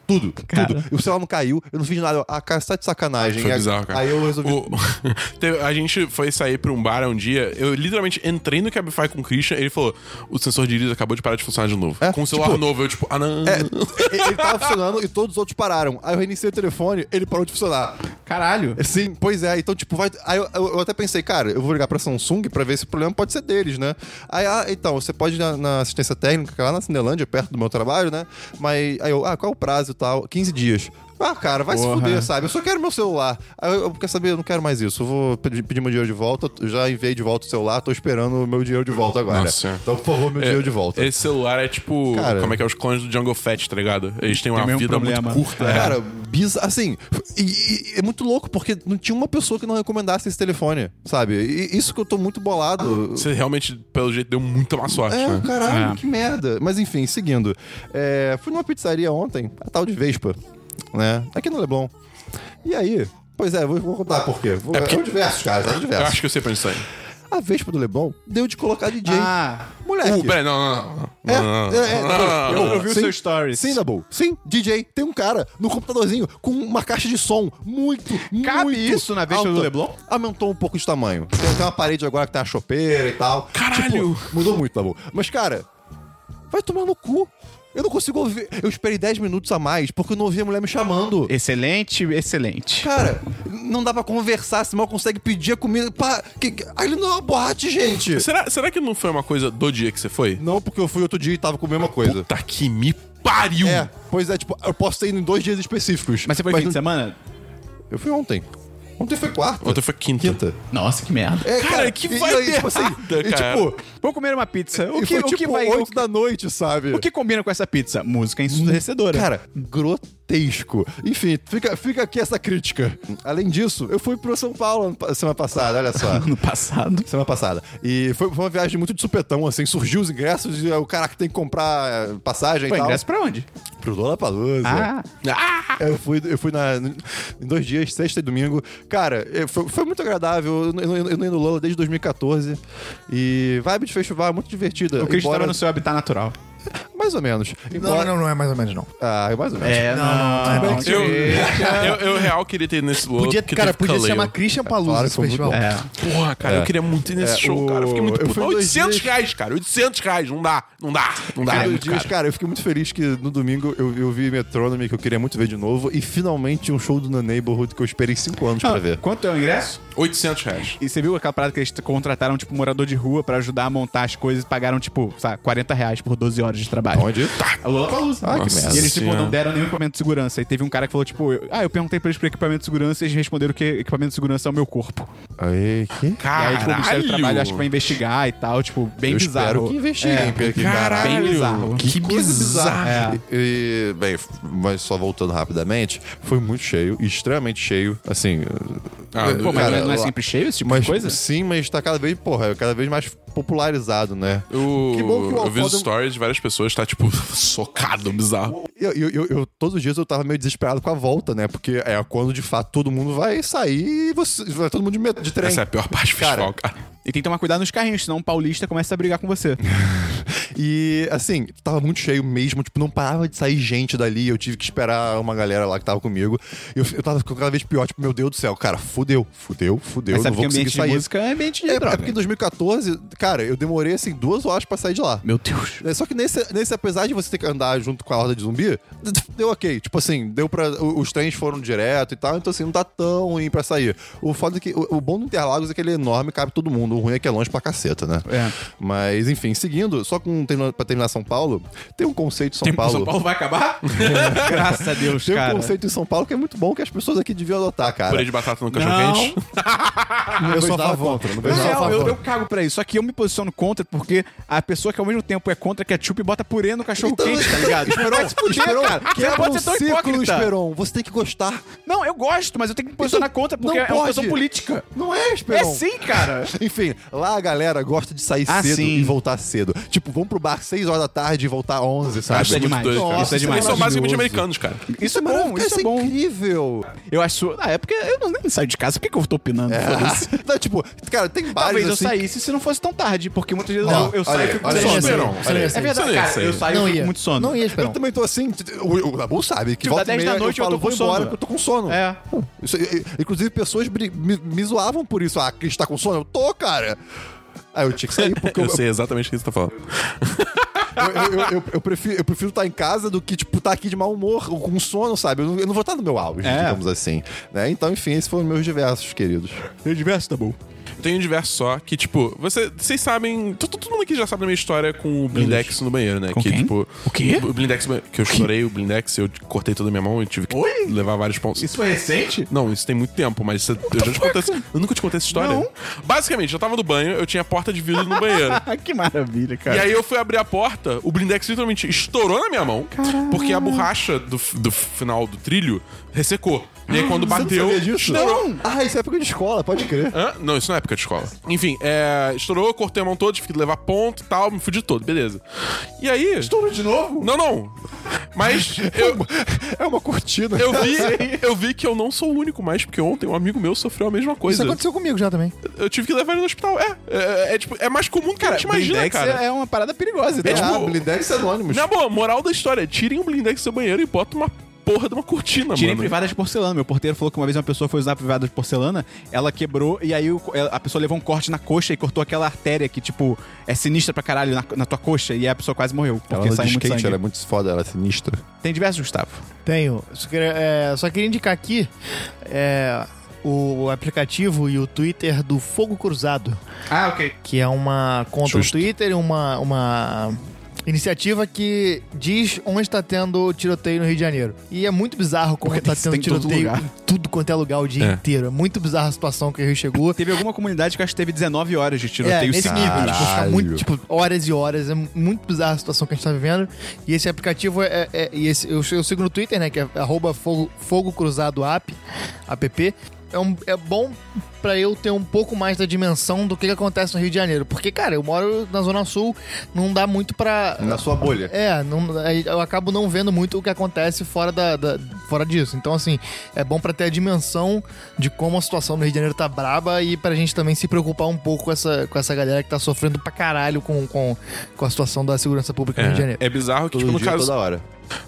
tudo, tudo. E o celular não caiu, eu não fiz nada. Eu, Ah, cara, você tá de sacanagem.
Foi
Aí-
bizarro, cara.
Aí eu resolvi
O- Teve- a gente foi sair pra um bar um dia. Eu literalmente entrei no Cabify com o Christian. Ele falou: o sensor de íris acabou de parar de funcionar de novo.
É,
com o celular
tipo-
novo. Eu, tipo, ah, não.
ele ele tava funcionando e todos os outros pararam. Aí eu reiniciei o telefone, ele parou de funcionar.
Caralho.
Sim, pois é. Então, tipo, vai. Aí eu, eu- eu até pensei, cara, eu vou ligar pra Samsung pra ver se o problema pode ser deles, né? Aí, ah, então, você pode ir na, na assistência técnica, que é lá na Cinelândia, perto do meu trabalho, né? Mas aí eu, ah, qual é o prazo e tal? 15 dias. Ah, cara, vai se
Porra.
fuder, sabe? Eu só quero meu celular. Ah, Eu, eu quero saber, eu não quero mais isso. Eu vou pedir, pedir meu dinheiro de volta. Eu Já enviei de volta o celular, tô esperando o meu dinheiro de volta agora.
Nossa.
Então, por favor, meu dinheiro de volta.
Esse celular é tipo.
Cara.
como é que é? Os clones do Jungle Fett, tá ligado? Eles têm uma
o mesmo
vida
problema. É.
muito curta. né?
Cara, bizarro. Assim, e- e- é muito louco, porque não tinha uma pessoa que não recomendasse esse telefone, sabe? E isso que eu tô muito bolado.
Você realmente, pelo jeito, deu muita má sorte,
É,
né?
caralho,
É.
que merda. Mas enfim, seguindo. É, fui numa pizzaria ontem, a tal de Vespa, né? Aqui no Leblon. E aí, pois é, vou, vou contar por quê. Vou, é
porque-
são diversos, cara, são
Eu
diversos.
acho que eu sei pra onde sair.
A Vespa do Leblon deu de colocar DJ.
Ah,
Moleque.
Uh, peraí, não, não, não.
É,
Não, não, não.
é, é,
não, não,
eu vi o
Sim,
seu stories.
Sim, Dabu. Sim, DJ. Tem um cara no computadorzinho com uma caixa de som muito,
Cabe
muito
isso na Vespa
alta.
do Leblon?
Aumentou um pouco de tamanho. Tem, tem uma parede agora que tem a chopeira e tal.
Caralho!
Tipo, mudou muito, Dabu. Mas, cara, vai tomar no cu. Eu não consigo ouvir. Eu esperei 10 minutos a mais porque eu não ouvi a mulher me chamando.
Excelente, excelente.
Cara, não dá pra conversar, se mal consegue pedir a comida. Pá, que, que- ali não é uma boate, gente.
Será, será que não foi uma coisa do dia que você foi?
Não, porque eu fui outro dia e tava com a mesma coisa.
Puta que me pariu!
É, pois é, tipo, eu posso ter ido em dois dias específicos.
Mas você foi fim de
não-
semana?
Eu fui ontem. Ontem foi quarta.
Outra foi quinta.
quinta.
Nossa, que merda.
É,
Cara, que
e- e
vai
aí, tipo assim,
errada,
e,
cara.
tipo,
Vou comer uma pizza. O
e
que,
foi,
o que
tipo,
vai.
oito
o-
da noite, sabe?
O que combina com essa pizza? Música ensurdecedora.
Cara, grotesco. Enfim, fica, fica aqui essa crítica. Além disso, eu fui pro São Paulo ano pa- semana passada, olha só.
no passado.
Semana passada. E foi, foi uma viagem muito de supetão, assim. Surgiu os ingressos e é o cara que tem que comprar é, passagem
Pô,
e tal.
ingresso pra onde?
Pro Lollapalooza.
Ah.
Eu fui, eu fui na, em dois dias, sexta e domingo. Cara, eh, foi, foi muito agradável. Eu, eu, eu não ia no Lola desde 2014. E vibe de festival é muito divertida.
O Cristo
Embora-
tava no seu habitat natural.
Mais ou menos.
Não,
Embora-
não, não é mais ou menos, não.
Ah, é mais ou menos.
É,
não, não, não.
Eu, eu, eu real queria ter ido nesse look.
Podia,
que
cara,
teve
podia se
Kaleo.
chamar Christian Palusa
Claro que
esse
foi muito
festival.
bom.
É.
Porra, cara, eu queria muito ir nesse
É,
show, cara. Eu fiquei muito
o- eu
puto.
fui
Mas
dois
800
dias-
reais, cara. 800 reais. Não dá. Não dá. Não dá.
Cara,
é
dois
muito
dias,
caro.
cara, eu fiquei muito feliz que no domingo eu, eu vi Metronomy, que eu queria muito ver de novo, e finalmente um show do The Neighborhood que eu esperei cinco anos pra ver.
Quanto é o ingresso?
800 reais.
E você viu aquela parada que eles contrataram, tipo, morador de rua pra ajudar a montar as coisas e pagaram, tipo, sabe, 40 reais por 12 horas de trabalho.
Onde? Tá.
É o Lollapalooza.
Ah, que
Nossa
merda.
E eles, tipo,
senhora.
não deram nenhum equipamento de segurança. E teve um cara que falou, tipo, eu- ah, eu perguntei pra eles pro equipamento de segurança e eles responderam que equipamento de segurança é o meu corpo.
Aí, que?
E aí, tipo, o Ministério do Trabalho
Caralho.
acho que vai investigar e tal, tipo, bem
Eu
bizarro.
espero que investiguem,
É,
porque,
Caralho.
bem bizarro.
Que,
coisa
bizarro.
É.
bizarra. É. E, e, bem, f- mas só voltando rapidamente, foi muito cheio, extremamente cheio, assim.
Ah,
Pô, mas
Cara,
não é
lá-
sempre cheio esse tipo
Mas
de coisa?
sim, mas tá cada vez, porra, cada vez mais popularizado, né?
Eu,
Que bom que o
eu vi os
Alfredo-
stories de várias pessoas, tá tipo, socado, bizarro.
Eu, eu, eu- eu- todos os dias eu tava meio desesperado com a volta, né? Porque é quando de fato todo mundo vai sair e você, vai todo mundo de, met- de trem.
Essa é a pior parte do festival, cara.
E tem que tomar cuidado nos carrinhos, senão um paulista começa a brigar com você.
E assim, tava muito cheio mesmo, tipo, não parava de sair gente dali. Eu tive que esperar uma galera lá que tava comigo. E eu, eu tava ficando cada vez pior, tipo, meu Deus do céu, cara, fudeu, fudeu, fudeu,
Mas
não
sabe que
vou conseguir
ambiente de
sair.
música é ambiente de
É, é
droga.
porque em 2014, cara, eu demorei assim duas horas pra sair de lá.
Meu Deus.
É, Só que nesse, nesse, apesar de você ter que andar junto com a horda de zumbi, deu ok. Tipo assim, deu pra. o- Os trens foram direto e tal, então assim, não tá tão ruim pra sair. O foda é que. O, o bom do Interlagos é que ele é enorme, cabe todo mundo. O ruim é que é longe pra caceta, né?
É.
Mas, enfim, seguindo, só com, termina- pra terminar São Paulo, tem um conceito em São Paulo.
São Paulo vai acabar?
Graças a Deus,
Tem um
cara.
conceito em São Paulo que é muito bom que as pessoas aqui deviam adotar, cara.
Purê de batata no cachorro-quente?
eu sou a
nada
favor. Não é?
Na
vejo nada
real,
contra.
eu, eu cago pra isso. Só que eu me posiciono contra porque a pessoa que ao mesmo tempo é contra ketchup bota purê no cachorro
Então,
quente, tá ligado? Vai se fuder,
Esperon,
cara. Você não
quebra
pode
um
ser tão
ciclo,
hipócrita.
Esperon. Você tem que gostar.
Não, eu gosto, mas eu tenho que me posicionar
Então,
contra porque
não
é uma
pode.
posição política.
Não é, Esperon.
É sim, cara.
Enfim, lá a galera gosta de sair
Ah,
cedo
sim.
e voltar cedo. Tipo, vamos pro bar 6 horas da tarde e voltar 11, sabe?
Isso é
muito
demais.
doido, cara.
Isso é
Eles
demais.
são basicamente
Maravilhoso.
americanos, cara.
Isso é bom,
maravilhoso,
isso é bom.
incrível.
Eu acho. É, Ah, é porque eu não- nem saio de casa. Por que, que eu tô opinando? Foda-se.
Então, tipo, cara, tem bares
Talvez eu
assim...
saísse se não fosse tão tarde, porque muitas vezes
Ó,
eu, eu saio
olha
e fico
aí,
com
olha
sono.
aí,
Esperon.
É
Olha aí.
verdade,
Você não ia
cara. Eu
sair.
saio e
Não
fico
ia.
com é muito sono.
Não ia,
Eu
Esperão.
também tô assim, o, o Dabu sabe, que
Tipo,
volta
dá 10
e meia
da noite eu
falo,
tô com
vou embora
sono."
porque eu tô com sono.
É.
Isso- e- e- inclusive, pessoas bri- me, me zoavam por isso. Ah, Cris tá com sono? Eu tô, cara. Aí eu tinha que sair porque eu,
Eu sei exatamente o que você tá falando.
eu, eu- eu- eu prefiro, eu prefiro estar em casa do que, tipo, estar aqui de mau humor, ou com sono, sabe? Eu não, eu não vou estar no meu auge,
É.
digamos assim. né? Então, enfim, esses foram meus diversos, queridos.
Eu diverso, um tá bom.
Tem um universo só que, tipo, você, vocês sabem. to- to- Todo mundo aqui já sabe da minha história com o Blindex no banheiro, né? que,
quem?
tipo.
O quê?
O Blindex. Que eu estourei o Blindex, eu cortei toda a minha mão e tive que
Oi?
levar vários pontos.
Isso foi recente?
Não, isso tem muito tempo, mas isso- é- eu já te contei. essa- Eu nunca te contei essa história.
Não.
Basicamente, eu tava no banho, eu tinha a porta de vidro no banheiro.
Ah, que maravilha, cara.
E aí eu fui abrir a porta, o blindex literalmente estourou na minha mão, porque a borracha do, f- do final do trilho ressecou. E aí quando bateu, estourou.
Ah, isso é época de escola, pode crer.
Hã? Não, isso não é época de escola. Enfim, é, estourou, eu cortei a mão toda, tive que levar ponto e tal, me fudi todo, beleza. E aí...
Estourou de novo?
Não, não. Mas eu,
É uma cortina.
eu, vi, eu vi que eu não sou o único mais, porque ontem um amigo meu sofreu a mesma
Isso
coisa.
aconteceu comigo já também.
Eu tive que levar ele no hospital. É, é, é, tipo, é mais comum do que a gente imagina,
Blindex
cara.
é uma parada perigosa,
É
né?
tipo-
Ah, Blindex Anonymous.
Na boa, moral da história, tirem o blindex do seu banheiro e botem uma porra de uma
Tá
cortina,
Tirem
né?
mano.
privada de porcelana. Meu porteiro falou que uma vez uma pessoa foi usar a privada de porcelana, ela quebrou e aí o- ela- a pessoa levou um corte na coxa e cortou aquela artéria que, tipo, é sinistra pra caralho na, na tua coxa e aí a pessoa quase morreu.
Ela
Porque
anda
saiu
de
muito
skate,
sangue.
ela é muito foda, ela é sinistra.
Tem diversos, Gustavo.
Tenho. Só queria, é, só queria indicar aqui é, o aplicativo e o Twitter do Fogo Cruzado.
Ah, ok.
que é uma conta
Justo.
no Twitter, e uma, uma iniciativa que diz onde está tendo tiroteio no Rio de Janeiro. E é muito bizarro como
Porque
tá
isso tem
tendo
em todo
tiroteio
lugar.
em tudo quanto é lugar o dia
É.
inteiro. É muito bizarra a situação que o Rio chegou.
Teve alguma comunidade que eu acho que teve 19 horas de
É,
tiroteio
nesse
seguido.
nível, tipo, fica
Caralho.
muito, tipo, horas e horas. É muito bizarra a situação que a gente tá vivendo. E esse aplicativo é. é- e esse, eu, eu sigo no Twitter, né? Que é arroba fogo, fogo cruzado app, app. É, um, é bom pra eu ter um pouco mais da dimensão do que, que acontece no Rio de Janeiro. Porque, cara, eu moro na Zona Sul, não dá muito pra.
Na sua bolha.
É, não- aí eu acabo não vendo muito o que acontece fora, da, da- fora disso. Então, assim, é bom pra ter a dimensão de como a situação no Rio de Janeiro tá braba e pra gente também se preocupar um pouco com essa, com essa galera que tá sofrendo pra caralho com, com, com a situação da segurança pública no Rio de Janeiro.
É, é bizarro que,
Todo
tipo, no
dia,
caso,
toda hora.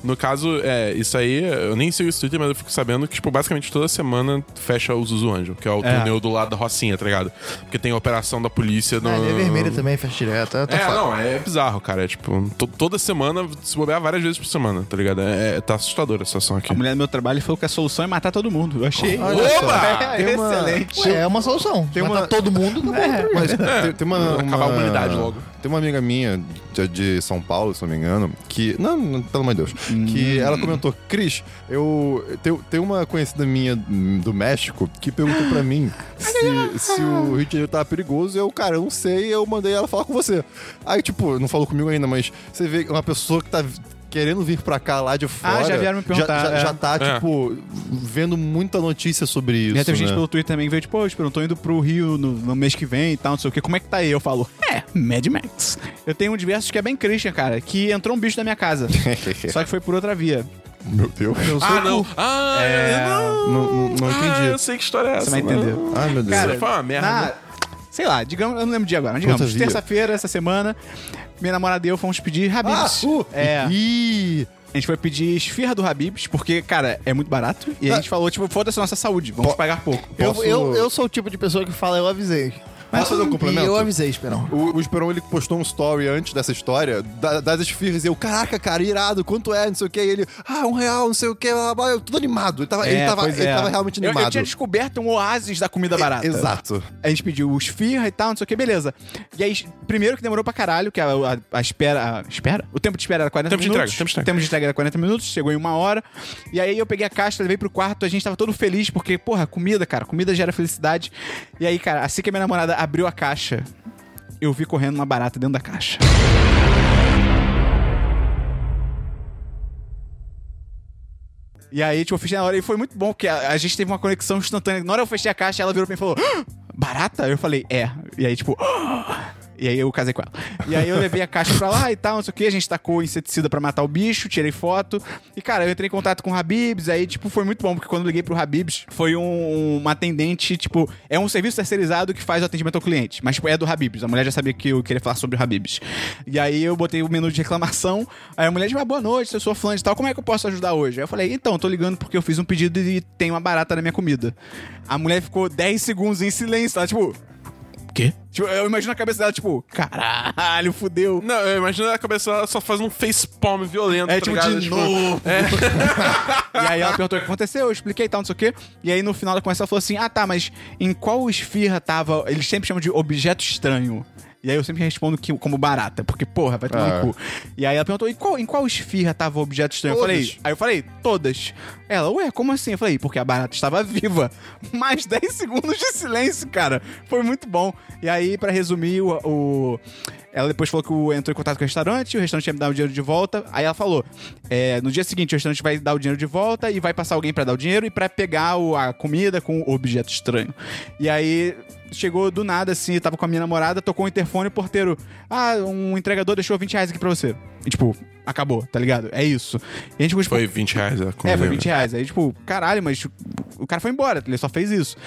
no caso, é, isso aí, eu nem sei o Twitter, mas eu fico sabendo que, tipo, basicamente toda semana fecha o Zuzu Anjo, que é o
É.
túnel do lado da Rocinha, tá ligado? Porque tem a operação da polícia no.
Ah, ele é vermelho também, fecha direto. Tá, tá
É,
foda.
não, é bizarro, cara. É tipo, to- toda semana, se bobear várias vezes por semana, tá ligado? É, é- tá assustadora a situação aqui.
A mulher do meu trabalho falou que a solução é matar todo mundo. Eu achei.
Olha só. Oba!
Tem uma-
Excelente.
Ué, é uma solução. Tem
uma- É.
todo mundo, tá bom, tá
Mas tem, tem uma,
acabar a
uma-
humanidade logo.
Tem uma amiga minha de, de São Paulo, se não me engano, que. Não, não, pelo amor de Deus. Que
Hum.
ela comentou: Cris, eu. Tem, tem uma conhecida minha do México que perguntou pra mim se, se o Rio de Janeiro tava perigoso. Eu, cara, eu não sei, eu mandei ela falar com você. Aí, tipo, não falou comigo ainda, mas você vê uma pessoa que tá. Querendo vir pra cá lá de fora.
Ah, já vieram me perguntar,
Já, já,
é.
já tá,
É.
tipo, vendo muita notícia sobre isso.
Já teve gente
né?
pelo Twitter também que veio, tipo, ô, Espírito, eu tô indo pro Rio no, no mês que vem e tal, não sei o que, como é que tá aí? Eu falo, é, Mad Max. Eu tenho um diversos que é bem Christian, cara, que entrou um bicho na minha casa. só que foi por outra via.
Meu Deus.
Ah, não! Ah, é... não!
Não, não, não
Ah, eu
entendi.
sei que história é essa.
Você vai
mano.
entender.
Ai, Ah, meu Deus.
Cara, foi uma merda.
Na- sei lá, digamos, eu não lembro de agora, mas
Outra
digamos,
via.
terça-feira, essa semana, minha namorada e eu fomos pedir
Ah,
Habibs.
uh,
é.
Ih,
A gente foi pedir esfirra do Habibs, porque, cara, é muito barato.
Tá.
E a gente falou, tipo, foda-se a nossa saúde, vamos pagar pouco.
Eu,
Posso-
eu, eu sou o tipo de pessoa que fala, eu avisei.
Posso fazer um complemento?
E eu avisei, Esperão.
o, o Esperon, ele postou um story antes dessa história da- das esfirras. E eu, caraca, cara, irado, quanto é, não sei o que. E ele, ah, um real, não sei o que. Blá, blá, blá. Eu, tudo animado. Ele tava,
É,
ele tava,
pois
ele
é.
tava realmente
Eu-
animado. É,
Eu, tinha descoberto um oásis da comida barata.
Exato.
A gente pediu esfirra e tal, não sei o que, beleza. E aí, primeiro que demorou pra caralho, que a, a- a espera. a- espera? O tempo de espera era 40
Tempo de
minutos.
entrega, tempo de entrega.
tempo de entrega era 40 minutos, chegou em uma hora. E aí eu peguei a caixa, levei pro quarto, a gente tava todo feliz, porque, porra, comida, cara, comida gera felicidade. E aí, cara, assim que a minha namorada abriu a caixa, eu vi correndo uma barata dentro da caixa. E aí, tipo, eu fechei na hora e foi muito bom, porque a, a gente teve uma conexão instantânea. Na hora eu fechei a caixa, ela virou pra mim e falou: "Ah, Barata? Eu falei, é. E aí, tipo. "Ah." E aí eu casei com ela. E aí eu levei a caixa pra lá e tal, não sei o que. A gente tacou inseticida pra matar o bicho, tirei foto. E, cara, eu entrei em contato com o Habibs, aí, tipo, foi muito bom, porque quando eu liguei pro Habibs, foi um, uma atendente, tipo, é um serviço terceirizado que faz o atendimento ao cliente. Mas, tipo, é do Habibs. A mulher já sabia que eu queria falar sobre o Habibs. E aí eu botei o menu de reclamação. Aí a mulher disse, ah, boa noite, eu sou fã de tal, como é que eu posso ajudar hoje? Aí eu falei, então, tô ligando porque eu fiz um pedido e tem uma barata na minha comida. A mulher ficou 10 segundos em silêncio, ela, tipo...
Quê?
Tipo, eu imagino a cabeça dela, tipo, caralho, fudeu.
Não, eu imagino a cabeça dela só fazendo um facepalm violento,
É
tá
tipo,
ligado? é,
de novo. e aí ela perguntou o que aconteceu, eu expliquei e tal, não sei o quê. E aí no final da conversa ela falou assim: Ah, tá, mas em qual esfirra tava. Eles sempre chamam de objeto estranho. E aí eu sempre respondo que, como barata, porque, porra, vai tomar
Ah.
no cu. E aí ela perguntou: em qual, em qual esfirra tava o objeto estranho? Eu
Todas.
falei, aí eu falei, todas. Ela, ué, como assim? Eu falei, porque a barata estava viva. Mais 10 segundos de silêncio, cara. Foi muito bom. E aí, pra resumir, o. o- Ela depois falou que o- entrou em contato com o restaurante, o restaurante ia me dar o dinheiro de volta. Aí ela falou: é, no dia seguinte, o restaurante vai dar o dinheiro de volta e vai passar alguém pra dar o dinheiro e pra pegar o- a comida com o objeto estranho. E aí. Chegou do nada, assim, eu tava com a minha namorada, tocou o interfone e o porteiro. Ah, um entregador deixou 20 reais aqui pra você. E, tipo, acabou, tá ligado? É isso. E a gente ficou, tipo,
Foi 20 reais a
é,
comida.
foi 20 reais. Aí, tipo, caralho, mas o cara foi embora, ele só fez isso.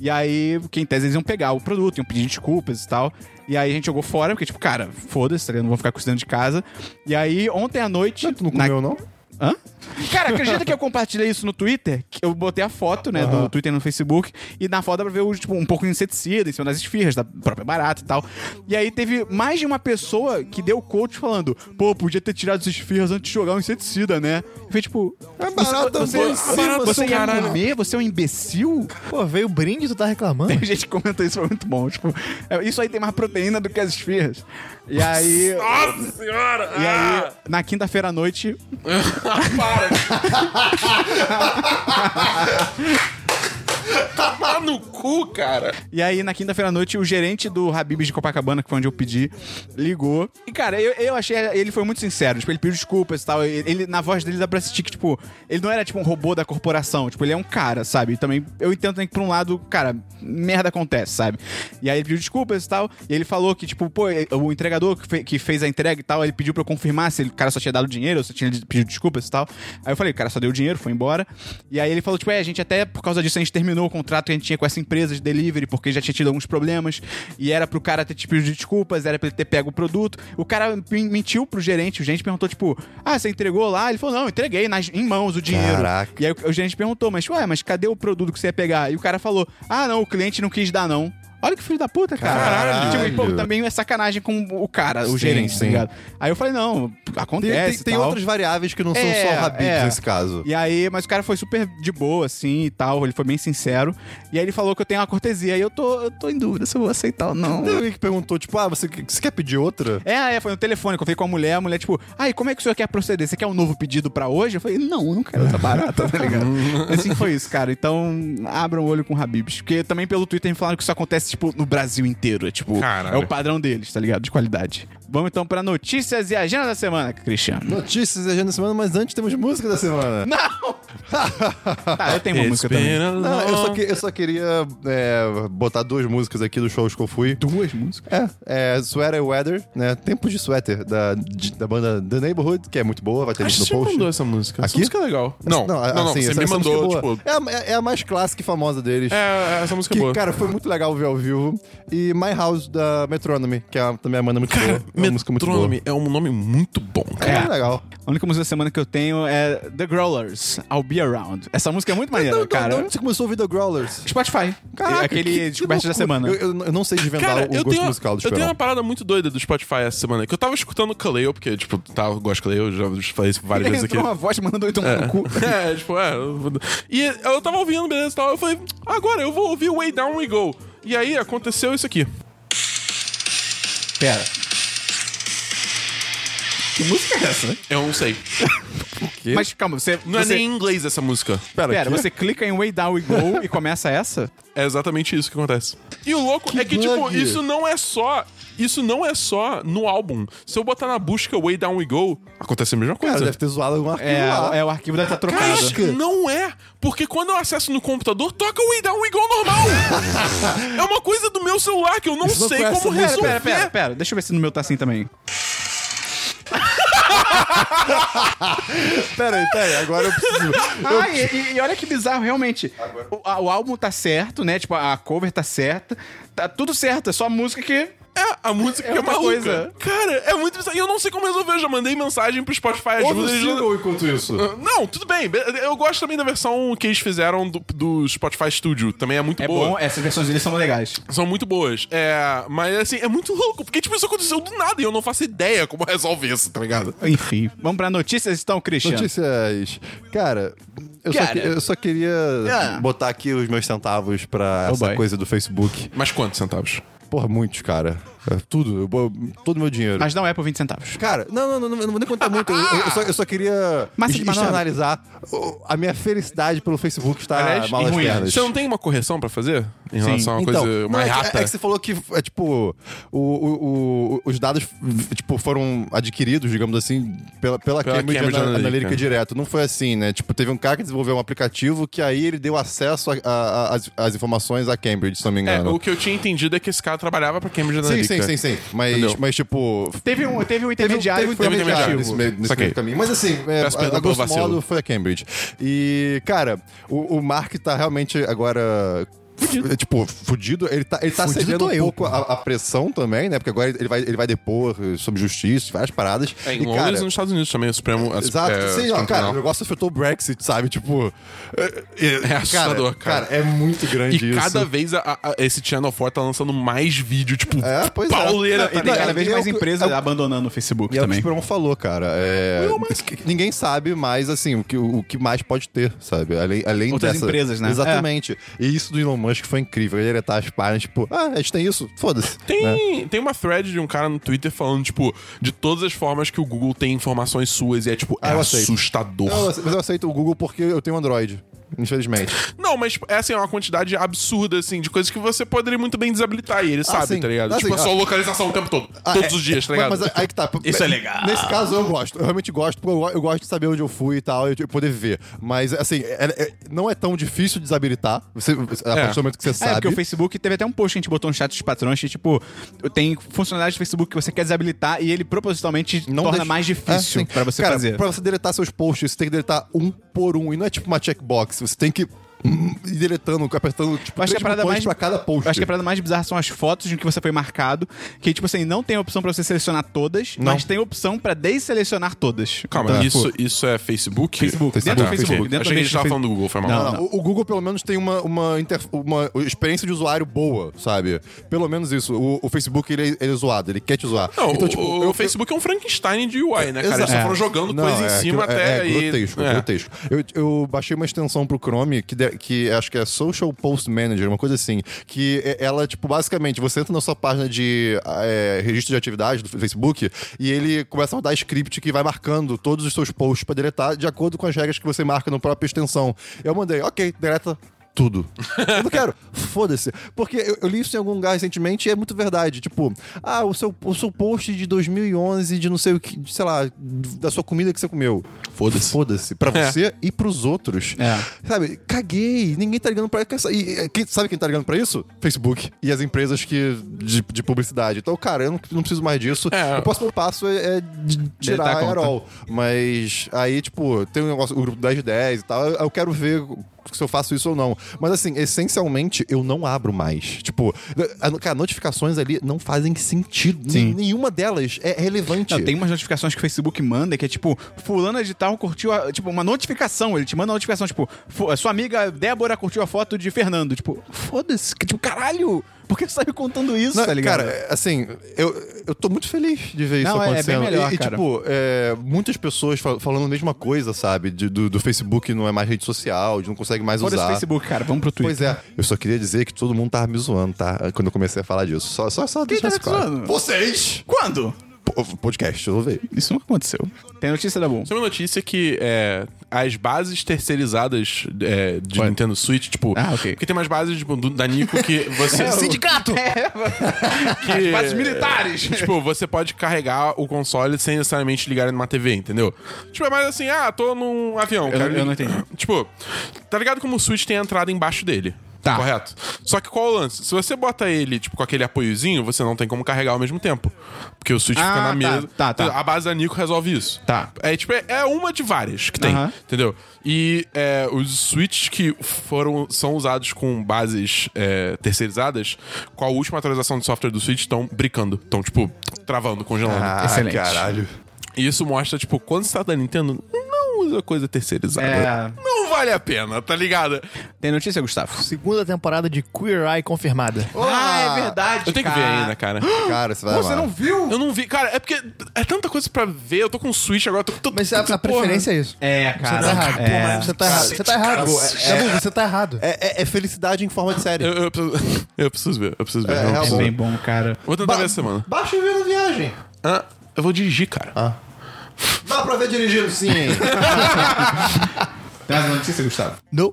E aí, quem tese, eles iam pegar o produto, iam pedir desculpas e tal. E aí a gente jogou fora, porque, tipo, cara, foda-se, tá ligado? não vou ficar cozinhando de casa. E aí, ontem à noite.
Tu não
na-
comeu, não?
Hã? Cara, acredita que eu compartilhei isso no Twitter? Que eu botei a foto, né, do Twitter e no Facebook, e na foto dá pra ver o, tipo, um pouco de inseticida em cima das esfirras, da própria barata e tal. E aí teve mais de uma pessoa que deu coach falando: pô, podia ter tirado as esfirras antes de jogar o inseticida, né? E foi tipo.
É barata,
você,
pô,
você,
barata,
você ia
caralho.
comer? Você é um imbecil?
Pô, veio o brinde, tu tá reclamando?
Tem gente que comentou isso, foi muito bom. Tipo, é, isso aí tem mais proteína do que as esfirras. E aí.
Nossa senhora! Ah!
E aí, na quinta-feira à noite,
Tá no cu, cara!
E aí, na quinta-feira à noite, o gerente do Habib's de Copacabana, que foi onde eu pedi, ligou. E, cara, eu, eu achei... Ele foi muito sincero. Tipo, ele pediu desculpas e tal. Ele, ele- na voz dele, dá pra assistir que, tipo... Ele não era, tipo, um robô da corporação. Tipo, ele é um cara, sabe? E também, eu entendo também que, por um lado, cara, merda acontece, sabe? E aí, ele pediu desculpas e tal. E ele falou que, tipo, pô, o entregador que, fe- que fez a entrega e tal, ele pediu pra eu confirmar se ele- o cara só tinha dado dinheiro ou se tinha pedido desculpas e tal. Aí eu falei, o cara só deu dinheiro, foi embora. E aí ele falou, tipo, é, a gente até, por causa disso, a gente terminou o contrato que a gente tinha com essa empresa de delivery, porque já tinha tido alguns problemas. E era pro cara ter te pedido desculpas, era pra ele ter pego o produto. O cara men- mentiu pro gerente, o gerente perguntou, tipo, ah, você entregou lá? Ele falou, não, entreguei nas, em mãos o dinheiro.
Caraca.
E aí o, o gerente perguntou, mas ué, mas cadê o produto que você ia pegar? E o cara falou, ah, não, o cliente não quis dar, não. Olha que filho da puta, cara.
Caralho.
Tipo, e, pô, também é sacanagem com o cara, o
Sim,
gerente, tá
sim.
ligado? Aí eu falei, não,
Tem,
acontece.
tem,
e
tem
É, tal.
outras variáveis que não são
É,
só Habibs
é.
nesse caso.
E aí, mas o cara foi super de boa, assim, e tal. Ele foi bem sincero. E aí ele falou que eu tenho uma cortesia. E eu tô, eu tô em dúvida se eu vou aceitar ou não.
Tem alguém que perguntou, tipo, ah, você, você quer pedir outra?
É, é, foi no telefone que eu falei com a mulher, a mulher, tipo, ai, como é que o senhor quer proceder? Você quer um novo pedido pra hoje? Eu falei, não, eu não quero essa barata, tá ligado? assim foi isso, cara. Então, abram o olho com o Habibs. Porque também pelo Twitter me falaram que isso acontece, tipo, no Brasil inteiro. É tipo,
Caralho.
é o padrão deles, tá ligado? De qualidade. Vamos então pra notícias e agenda da semana, Cristiano.
Notícias e agenda da semana, mas antes temos música da semana.
Não! tá, eu tenho uma música também.
Espera-
Não, eu só, que- eu só queria é, botar duas músicas aqui dos shows que eu fui.
Duas músicas?
É, é Sweater Weather, né? Tempo de Sweater, da, de- da banda The Neighborhood, que é muito boa, vai ter
Acho que
link
você
no
me
post.
mandou essa música.
Aqui?
Essa música é legal. Não, não,
assim,
não, você
essa-
me
essa música
mandou,
é boa.
tipo...
É, a- é a mais clássica e famosa deles.
É, essa música é
Que,
boa.
cara, foi muito legal ver ao vivo. E My House da Metronomy, que é também uma banda muito boa. É uma música muito boa.
Metronomy é um nome muito bom,
É,
cara.
muito legal.
A única música da semana que eu tenho é The Growlers, I'll Be Around. Essa música é muito maneira,
Não,
cara.
não, onde você começou a ouvir The Growlers?
Spotify.
Caraca,
É aquele
que- que
descoberta da
loucura.
semana.
Eu, eu- eu não sei desvendar
Cara,
o
eu,
gosto
tenho,
musical do
eu tenho
Esperão.
uma parada muito doida do Spotify essa semana, que eu tava escutando Kaleo, porque, tipo, tá, eu gosto de Kaleo, já falei isso várias vezes aqui.
Entrou uma voz mandando oito no cu.
é, tipo, é. eu vou- E eu tava ouvindo, beleza e tal. Eu falei, agora eu vou ouvir Way Down We Go. E aí aconteceu isso aqui.
Pera. Que música é essa?
Eu não sei.
Mas calma, você.
Não
você-
é nem em inglês essa música.
Pera, você clica em Way Down We Go e começa essa?
É exatamente isso que acontece. E o louco é que, tipo,
bug.
isso não é só. Isso não é só no álbum. Se eu botar na busca Way Down We Go, acontece a mesma coisa.
Cara, deve ter zoado algum arquivo
É,
lá.
é o arquivo deve estar trocado.
Mas não é, porque quando eu acesso no computador, toca o Down We Go normal. é uma coisa do meu celular que eu não
não
sei
conhece essa
como
Pera,
resolver.
pera, pera, pera. Deixa eu ver se no meu tá assim também.
Pera aí, pera aí, agora eu preciso.
Ah, e, e- e olha que bizarro, realmente. O, a- o álbum tá certo, né? Tipo, a cover tá certa. Tá tudo certo, é só a música que.
É, a música é,
É
que é
outra
maluca.
coisa.
Cara, é muito bizarro. E eu não sei como resolver. Eu já mandei mensagem pro Spotify ajuda.
Ouve o
eles não-
um single enquanto isso.
Não, tudo bem. Be- Eu gosto também da versão que eles fizeram do, do Spotify Studio. Também é muito
É
boa.
bom, essas versões deles são legais.
São muito boas. É, mas assim, é muito louco. Porque, tipo, isso aconteceu do nada e eu não faço ideia como resolve isso, tá ligado?
Enfim, vamos pra notícias então, Christian.
Notícias. Cara, eu, Só,
Cara.
que- eu só queria
Ah.
botar aqui os meus centavos pra
Oh,
essa
boy.
coisa do Facebook.
Mas quantos centavos?
Porra, muitos, cara. É tudo, eu bo- todo meu dinheiro.
Mas não é por 20 centavos.
Cara, não, não, não, não vou nem contar muito. Eu, eu só, eu só queria
Massa de
es-
manobra.
externalizar o- a minha felicidade pelo Facebook estar
Aliás, é
mal
em
nas
ruínas.
pernas.
Você não tem uma correção pra fazer? Em relação a uma
Então,
coisa
não, é
mais
que-
rata?
É, que você falou que, é, tipo, o, o- o- os dados f- tipo, foram adquiridos, digamos assim, pela, pela,
Pela
Cambridge,
Cambridge
Ana-
Analytica.
Analytica direto. Não foi assim, né? Tipo, teve um cara que desenvolveu um aplicativo que aí ele deu acesso a- a- a- às- às informações à Cambridge, se não me
É,
engano.
o que eu tinha entendido é que esse cara trabalhava pra Cambridge
Sim,
Analytica.
sim, sim, sim. Mas,
Entendeu?
mas tipo,
Teve um, teve um
Teve um-
intermediário
teve
que
um
foi um
intermediário
aplicativo.
nesse meio, nesse
Saquei.
meio caminho. Mas assim, é,
Peço
a,
perdão
a grosso
pelo vacilo.
modo foi a Cambridge. E, cara, o, o Mark tá realmente agora. é, Tipo, fudido, ele tá, ele tá
Fudido
cedendo
tô
um
eu,
pouco a, a pressão também, né? Porque agora ele vai, ele vai depor eh, sobre justiça, várias paradas.
É, em
e,
Londres
cara,
e nos Estados Unidos também, o Supremo...
Exato,
é,
sei lá, cara,
Constitucional.
o negócio afetou o Brexit, sabe? Tipo. É,
É assustador, cara.
é muito grande
E
isso.
cada vez a- a- esse Channel 4 tá lançando mais vídeo, tipo,
É, pois é.
pauleira,
Não,
tá
e-
ligado?
Cada vez
E é
mais
o que-
empresas
é o-
abandonando o Facebook
E é o que o
também.
Esperon falou, cara. É... Ninguém sabe mais, assim, o que, o que mais pode ter, sabe? Além, além
Outras
dessa...
empresas, né?
Exatamente. E isso do Elon Musk foi incrível. Ele tá as páginas, tipo, ah, a gente tem isso? Foda-se.
Tem,
né?
tem uma thread de um cara no Twitter falando, tipo, de todas as formas que o Google tem informações suas e é, tipo,
Ah,
é
eu aceito.
assustador.
Eu ace- mas eu aceito o Google porque eu tenho Android, infelizmente.
Não, mas tipo, essa é uma quantidade absurda, assim, de coisas que você poderia muito bem desabilitar e ele sabe,
sim.
tá ligado?
Ah,
tipo,
sim,
a sua
ah.
localização o tempo todo.
Ah,
todos
é-
os dias, tá
mas-
ligado?
Mas, aí que tá.
Isso é legal.
Nesse caso eu gosto. Eu realmente gosto, porque eu, go- eu gosto de saber onde eu fui e tal, e eu tipo, poder ver. Mas, assim, é- é- não é tão difícil desabilitar. Você, a
É.
partir do momento que você
É, porque
sabe.
o Facebook teve até um post que a gente botou no chat dos patrões que, tipo, tem funcionalidades do Facebook que você quer desabilitar e ele propositalmente
não
torna
deixa-
mais difícil
É, sim.
pra você
Cara,
fazer.
Pra você deletar seus posts, você tem que deletar um por um. E não é tipo uma checkbox. Você tem que hum, ir deletando, apertando tipo,
Eu acho que
três
a parada
botões
mais
pra cada post.
eu acho que a parada mais bizarra são as fotos de que você foi marcado, que tipo assim, não tem opção pra você selecionar todas, mas tem opção pra desselecionar todas. Então,
Calma,
Tá.
isso, isso é Facebook?
Facebook,
dentro do
Ah,
Facebook,
ok.
dentro
Achei que a
do
gente tava
Facebook.
falando do Google, foi mal.
Não,
Não, não. O o Google, pelo menos, tem uma, uma, inter- uma experiência de usuário boa, sabe? Pelo menos isso. O, o Facebook, ele é, ele é zoado, ele quer te zoar.
Não,
então,
o-
tipo,
o,
eu-
Facebook é um Frankenstein de UI, né, cara? Eles
Exato.
só
É.
foram jogando
Não,
coisa em
é,
cima
aquilo-
até.
É,
e...
grotesco,
é.
grotesco. Eu, eu baixei uma extensão pro Chrome que, de- que acho que é Social Post Manager, uma coisa assim. Que é- ela, tipo, basicamente, você entra na sua página de é, registro de atividade do Facebook e ele começa a rodar script que vai marcando todos os seus posts pra deletar de acordo com as regras que você marca na própria extensão. Eu mandei, ok, deleta. Tudo. Eu não quero. Foda-se. Porque eu, eu li isso em algum lugar recentemente e é muito verdade. Tipo, ah, o seu, o seu post de 2011 de não sei o que, de, sei lá, da sua comida que você comeu. Foda-se. Foda-se. Pra você e pros outros.
É.
Sabe? Caguei. Ninguém tá ligando pra isso. E, e, quem- sabe quem tá ligando pra isso? Facebook. E as empresas que de, de publicidade. Então, cara, eu não, não preciso mais disso.
É.
O próximo passo é, é de-
Deletar a
tirar a
conta.
Aerol. Mas aí, tipo, tem um negócio, o grupo 10 de 10 e tal. Eu, eu quero ver se eu faço isso ou não. Mas assim, essencialmente, eu não abro mais. Tipo, a- a- cara, notificações ali não fazem sentido. Nen- Nenhuma delas é relevante.
Não, tem umas notificações que o Facebook manda que é tipo, fulana de tal curtiu, a- tipo, uma notificação, ele te manda uma notificação, tipo, fu- sua amiga Débora curtiu a foto de Fernando, tipo, foda-se, que, tipo, caralho, por que você tá me contando isso,
Não,
tá ligado?
Cara, é, assim, eu, eu tô muito feliz de ver isso
Não, é- é bem
acontecendo.
melhor,
e, e,
cara.
tipo, é, muitas pessoas fal- falando a mesma coisa, sabe? De- do, do Facebook não é mais rede social, de não consegue mais
Fora esse
usar.
Facebook, cara, vamos pro Twitter.
Pois é, eu só queria dizer que todo mundo tava me zoando, tá? Quando eu comecei a falar disso. Só, só, só deixar
tava
isso
te
claro.
zoando?
Vocês!
Quando?
P- Podcast, eu vou ver.
Isso nunca aconteceu. Tem notícia da Boom.
Tem uma notícia que é, as bases terceirizadas é, de
Ué.
Nintendo Switch, tipo.
Ah, ok. É,
Porque tem umas bases tipo, do- da Nico que
É
você.
Sindicato!
que-
Bases militares.
Tipo, você pode carregar o console sem necessariamente ligar ele numa TV, entendeu? Tipo, é mais assim, ah, tô num avião.
eu não entendi.
Tipo, tá ligado como o Switch tem a entrada embaixo dele?
Tá.
Correto? Só que qual é o lance? Se você bota ele, tipo, com aquele apoiozinho, você não tem como carregar ao mesmo tempo. Porque o Switch
Ah,
fica na
tá,
mesa.
tá, tá.
A base da Nico resolve isso.
Tá.
É, tipo, é, é uma de várias que tem,
Aham.
entendeu? E é, os Switches que foram, são usados com bases é, terceirizadas, com a última atualização de software do Switch, estão brincando. Estão, tipo, travando, congelando.
Ah,
Excelente.
caralho.
E isso mostra, tipo, quando você tá da Nintendo, não usa coisa terceirizada.
É.
Não vale a pena, tá ligado?
Tem notícia, Gustavo?
Segunda temporada de Queer Eye confirmada.
Ah, é verdade,
Eu tenho que ver ainda, cara.
Cara, você vai
Pô, você
amar.
não viu?
Eu não vi. Cara, é porque é tanta coisa pra ver. Eu tô com o Switch agora. eu Tô, tô,
Mas a,
tô-
a preferência é isso.
É,
Você tá errado.
É.
Você tá errado. Você tá errado. Dabu, você tá errado.
É, é- é felicidade em forma de série.
Eu, eu preciso, eu preciso ver, eu preciso ver.
É,
eu
é
preciso
É
bom.
ver.
bem bom, cara.
Vou tentar ver essa semana.
Baixa e vê na viagem.
Ah, eu vou dirigir, cara.
Dá pra ver dirigindo, sim.
Tem mais uma notícia, Gustavo?
Não.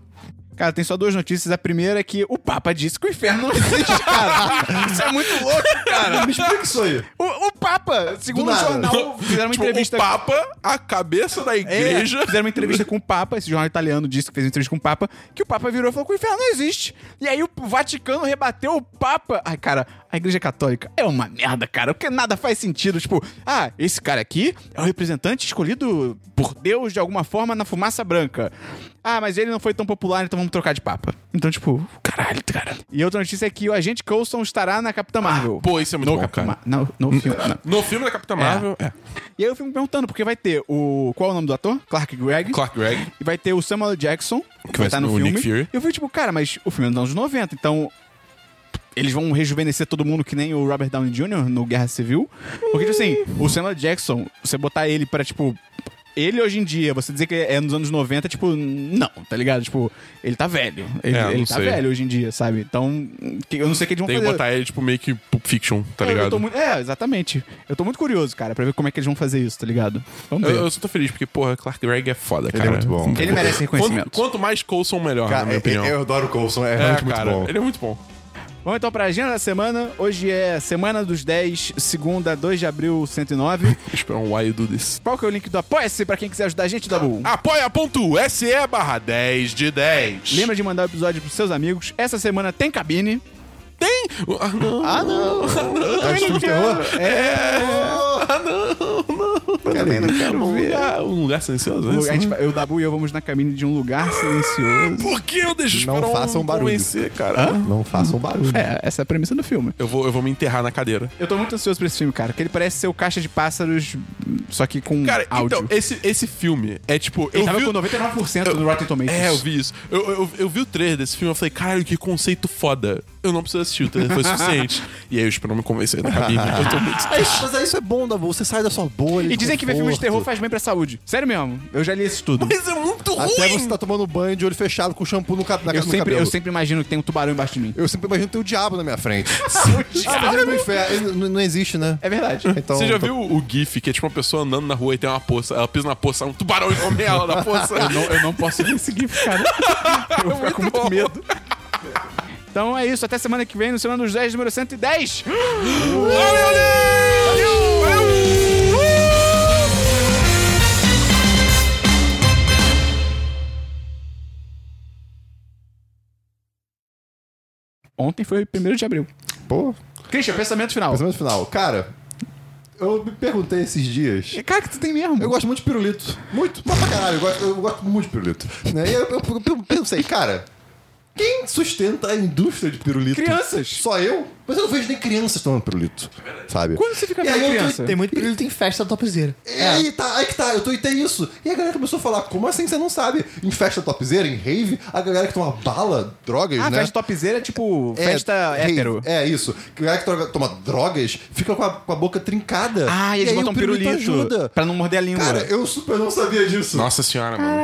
Cara, tem só duas notícias. A primeira é que o Papa disse que o inferno não existe, cara. Isso é muito louco, cara.
Me explica isso
Ah,
aí.
O, o Papa, segundo
Do
o
nada.
jornal, fizeram uma
tipo,
entrevista...
o Papa, a cabeça da
É,
igreja.
Fizeram uma entrevista com o Papa, esse jornal italiano disse que fez uma entrevista com o Papa, que o Papa virou e falou que o inferno não existe. E aí o Vaticano rebateu o Papa. Ai, cara, a Igreja Católica é uma merda, cara, porque nada faz sentido. Tipo, ah, esse cara aqui é o representante escolhido por Deus de alguma forma na fumaça branca. Ah, mas ele não foi tão popular, então vamos trocar de Papa. Então, tipo, caralho, cara. E outra notícia é que o agente Coulson estará na Capitã Marvel.
pô, isso é muito
no
bom,
Capitã
cara.
Ma- no, no filme. não.
No filme da Capitã Marvel, é.
E aí eu fico me perguntando, porque vai ter o. Qual é o nome do ator? Clark Gregg.
Clark Gregg.
E vai ter o Samuel L. Jackson, que,
vai
vai estar
ser
no
o
filme.
Nick Fury.
E eu fui tipo, cara, mas o filme é dos anos 90, então. Eles vão rejuvenescer todo mundo que nem o Robert Downey Jr. no Guerra Civil. Porque, tipo assim, o Samuel L. Jackson, você botar ele pra, tipo. Ele hoje em dia, você dizer que é nos anos 90, tipo, não, tá ligado? Tipo, ele tá velho. Ele,
É, eu não
ele tá
sei.
velho hoje em dia, sabe? Então, que- eu não sei o que eles vão
Tem que
fazer.
botar ele, tipo, meio que Pulp Fiction, tá
Eu- eu
ligado?
tô muito- é, exatamente. Eu tô muito curioso, cara, pra ver como é que eles vão fazer isso, tá ligado? Vamos ver.
Eu, eu só tô feliz, porque, porra, Clark Gregg é foda, cara.
é muito bom.
Ele merece reconhecimento.
Quanto, quanto mais Coulson, melhor, na minha
é,
opinião.
eu adoro o Coulson, é,
é,
realmente muito
cara,
bom.
ele é muito bom.
Vamos então pra agenda da semana. Hoje é semana dos 10, segunda, 2 de abril, 109.
Esperar um why you do this.
Qual que é o link do Apoia-se pra quem quiser ajudar a gente, Dabu?
Apoia.se barra 10 de 10.
Lembra de mandar o episódio pros seus amigos. Essa semana tem cabine.
Tem! Ah, não. Ah, não.
Tá
É de filme de terror? Ah,
Também É. não quero
Ah, um lugar silencioso? é isso,
A gente,
né?
eu, Dabu e eu vamos na cabine de um lugar silencioso.
Por que eu deixo
Não
esperar
façam barulho.
convencer, cara?
Não façam barulho.
É, essa é a premissa do filme.
Eu vou, eu vou me enterrar na cadeira.
Eu tô muito ansioso pra esse filme, cara, que ele parece ser o Caixa de Pássaros, só que com
Cara,
Hum, áudio.
então, esse, esse filme é tipo.
ele
eu
tava
vi o-
com 99% do Rotten Tomatoes.
É, eu vi isso. Eu, eu, eu vi o trailer desse filme, eu falei, caralho, que conceito foda. Eu não preciso assistir, o trailer foi suficiente. e aí o Esperão me convenceu na cabine. Eu tô muito...
Mas é isso é bom, Dabu. Você sai da sua bolha.
E dizem que ver filme de terror
conforto.
faz bem pra saúde. Sério mesmo, eu já li esse estudo.
Mas é muito ruim!
Até você tá tomando banho de olho fechado com shampoo no, cap... na...
Eu
no
sempre,
cabelo.
eu sempre imagino que tem um tubarão embaixo de mim.
Eu sempre imagino ter o diabo na minha frente. ah, mas ele não, infer... ele não- não existe, né?
É verdade.
Então,
Você já
então-
viu o GIF que é tipo uma pessoa andando na rua e tem uma poça, ela pisa na poça, um tubarão e come ela na poça?
Eu não, eu não posso conseguir, cara. Eu vou ficar com muito
bom.
medo. Então é isso. Até semana que vem, no Semana dos 10, número 110. Ontem foi 1 de abril.
Pô,
Christian, pensamento final.
pensamento final. Cara, eu me perguntei esses dias.
Cara, que tu tem mesmo.
Eu gosto muito de pirulito. Muito. Mas pra caralho, eu gosto, eu gosto muito de pirulito. Né? E eu, eu- eu pensei, cara, quem sustenta a indústria de pirulito?
Crianças.
Só eu? Mas eu não vejo nem crianças tomando pirulito. Sabe?
Quando você fica
E aí
vendo
eu tô-
criança?
Tem muito período em festa da topzera.
E aí, tá, aí que tá, eu tuitei isso. E a galera começou a falar, como assim você não sabe? Em festa topzera, em rave, a galera que toma bala, drogas,
Ah,
né?
festa topzera é tipo festa
rave,
hétero.
É isso. Que a galera que droga- toma drogas fica com a, com a boca trincada.
Ah, e eles
aí
botam
o pirulito
pirulito,
ajuda.
pra não morder a língua.
Cara, eu super não sabia disso.
Nossa senhora, mano.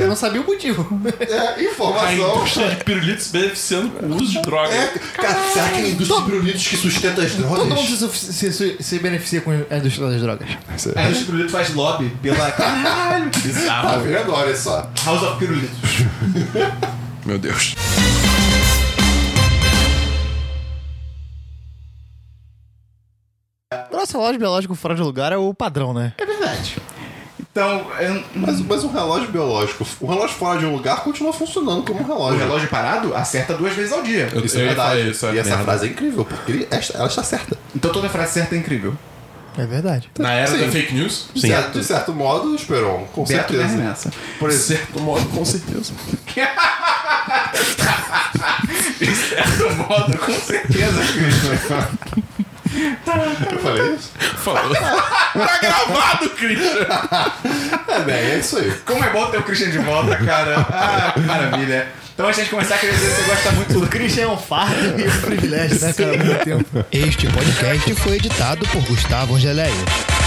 Eu não sabia o motivo.
É, informação.
de pirulitos beneficiando com o uso de drogas.
É, cara, será que é a indústria de pirulitos que sustenta as drogas?
Todo mundo se, se- se- se beneficia com a indústria das drogas.
é.
A gente pirulito faz lobby pela. Caralho, que
Tá
bizarro.
vendo agora, olha só.
House of Pirulitos.
Meu Deus.
Nossa, loja biológica fora de lugar é o padrão, né?
Verdade. Então, eu-
Mas, mas um relógio biológico, um relógio fora de um lugar continua funcionando como um
o
relógio.
relógio parado acerta duas vezes ao dia.
Eu-
Isso é
eu ia falar
verdade.
isso, é
e essa
merda.
frase é incrível, porque ele- esta- ela está certa.
Então toda frase certa é incrível.
É verdade.
Na era
Sim.
da fake news?
De certo, de certo modo, Esperon, com
Beto
certeza.
mesmo nessa.
Por né, certo modo, com certeza.
Do modo, com certeza, Christian.
Eu falei isso?
Falou. tá gravado, Christian!
É bem, é isso aí.
Como é bom ter o Christian de volta, cara. Ah, que maravilha. Então antes de começar, queria dizer que você gosta muito do Christian.
Christian é um fardo e um privilégio, né, cara? Ao mesmo tempo. Este podcast foi editado por Gustavo Angeléia.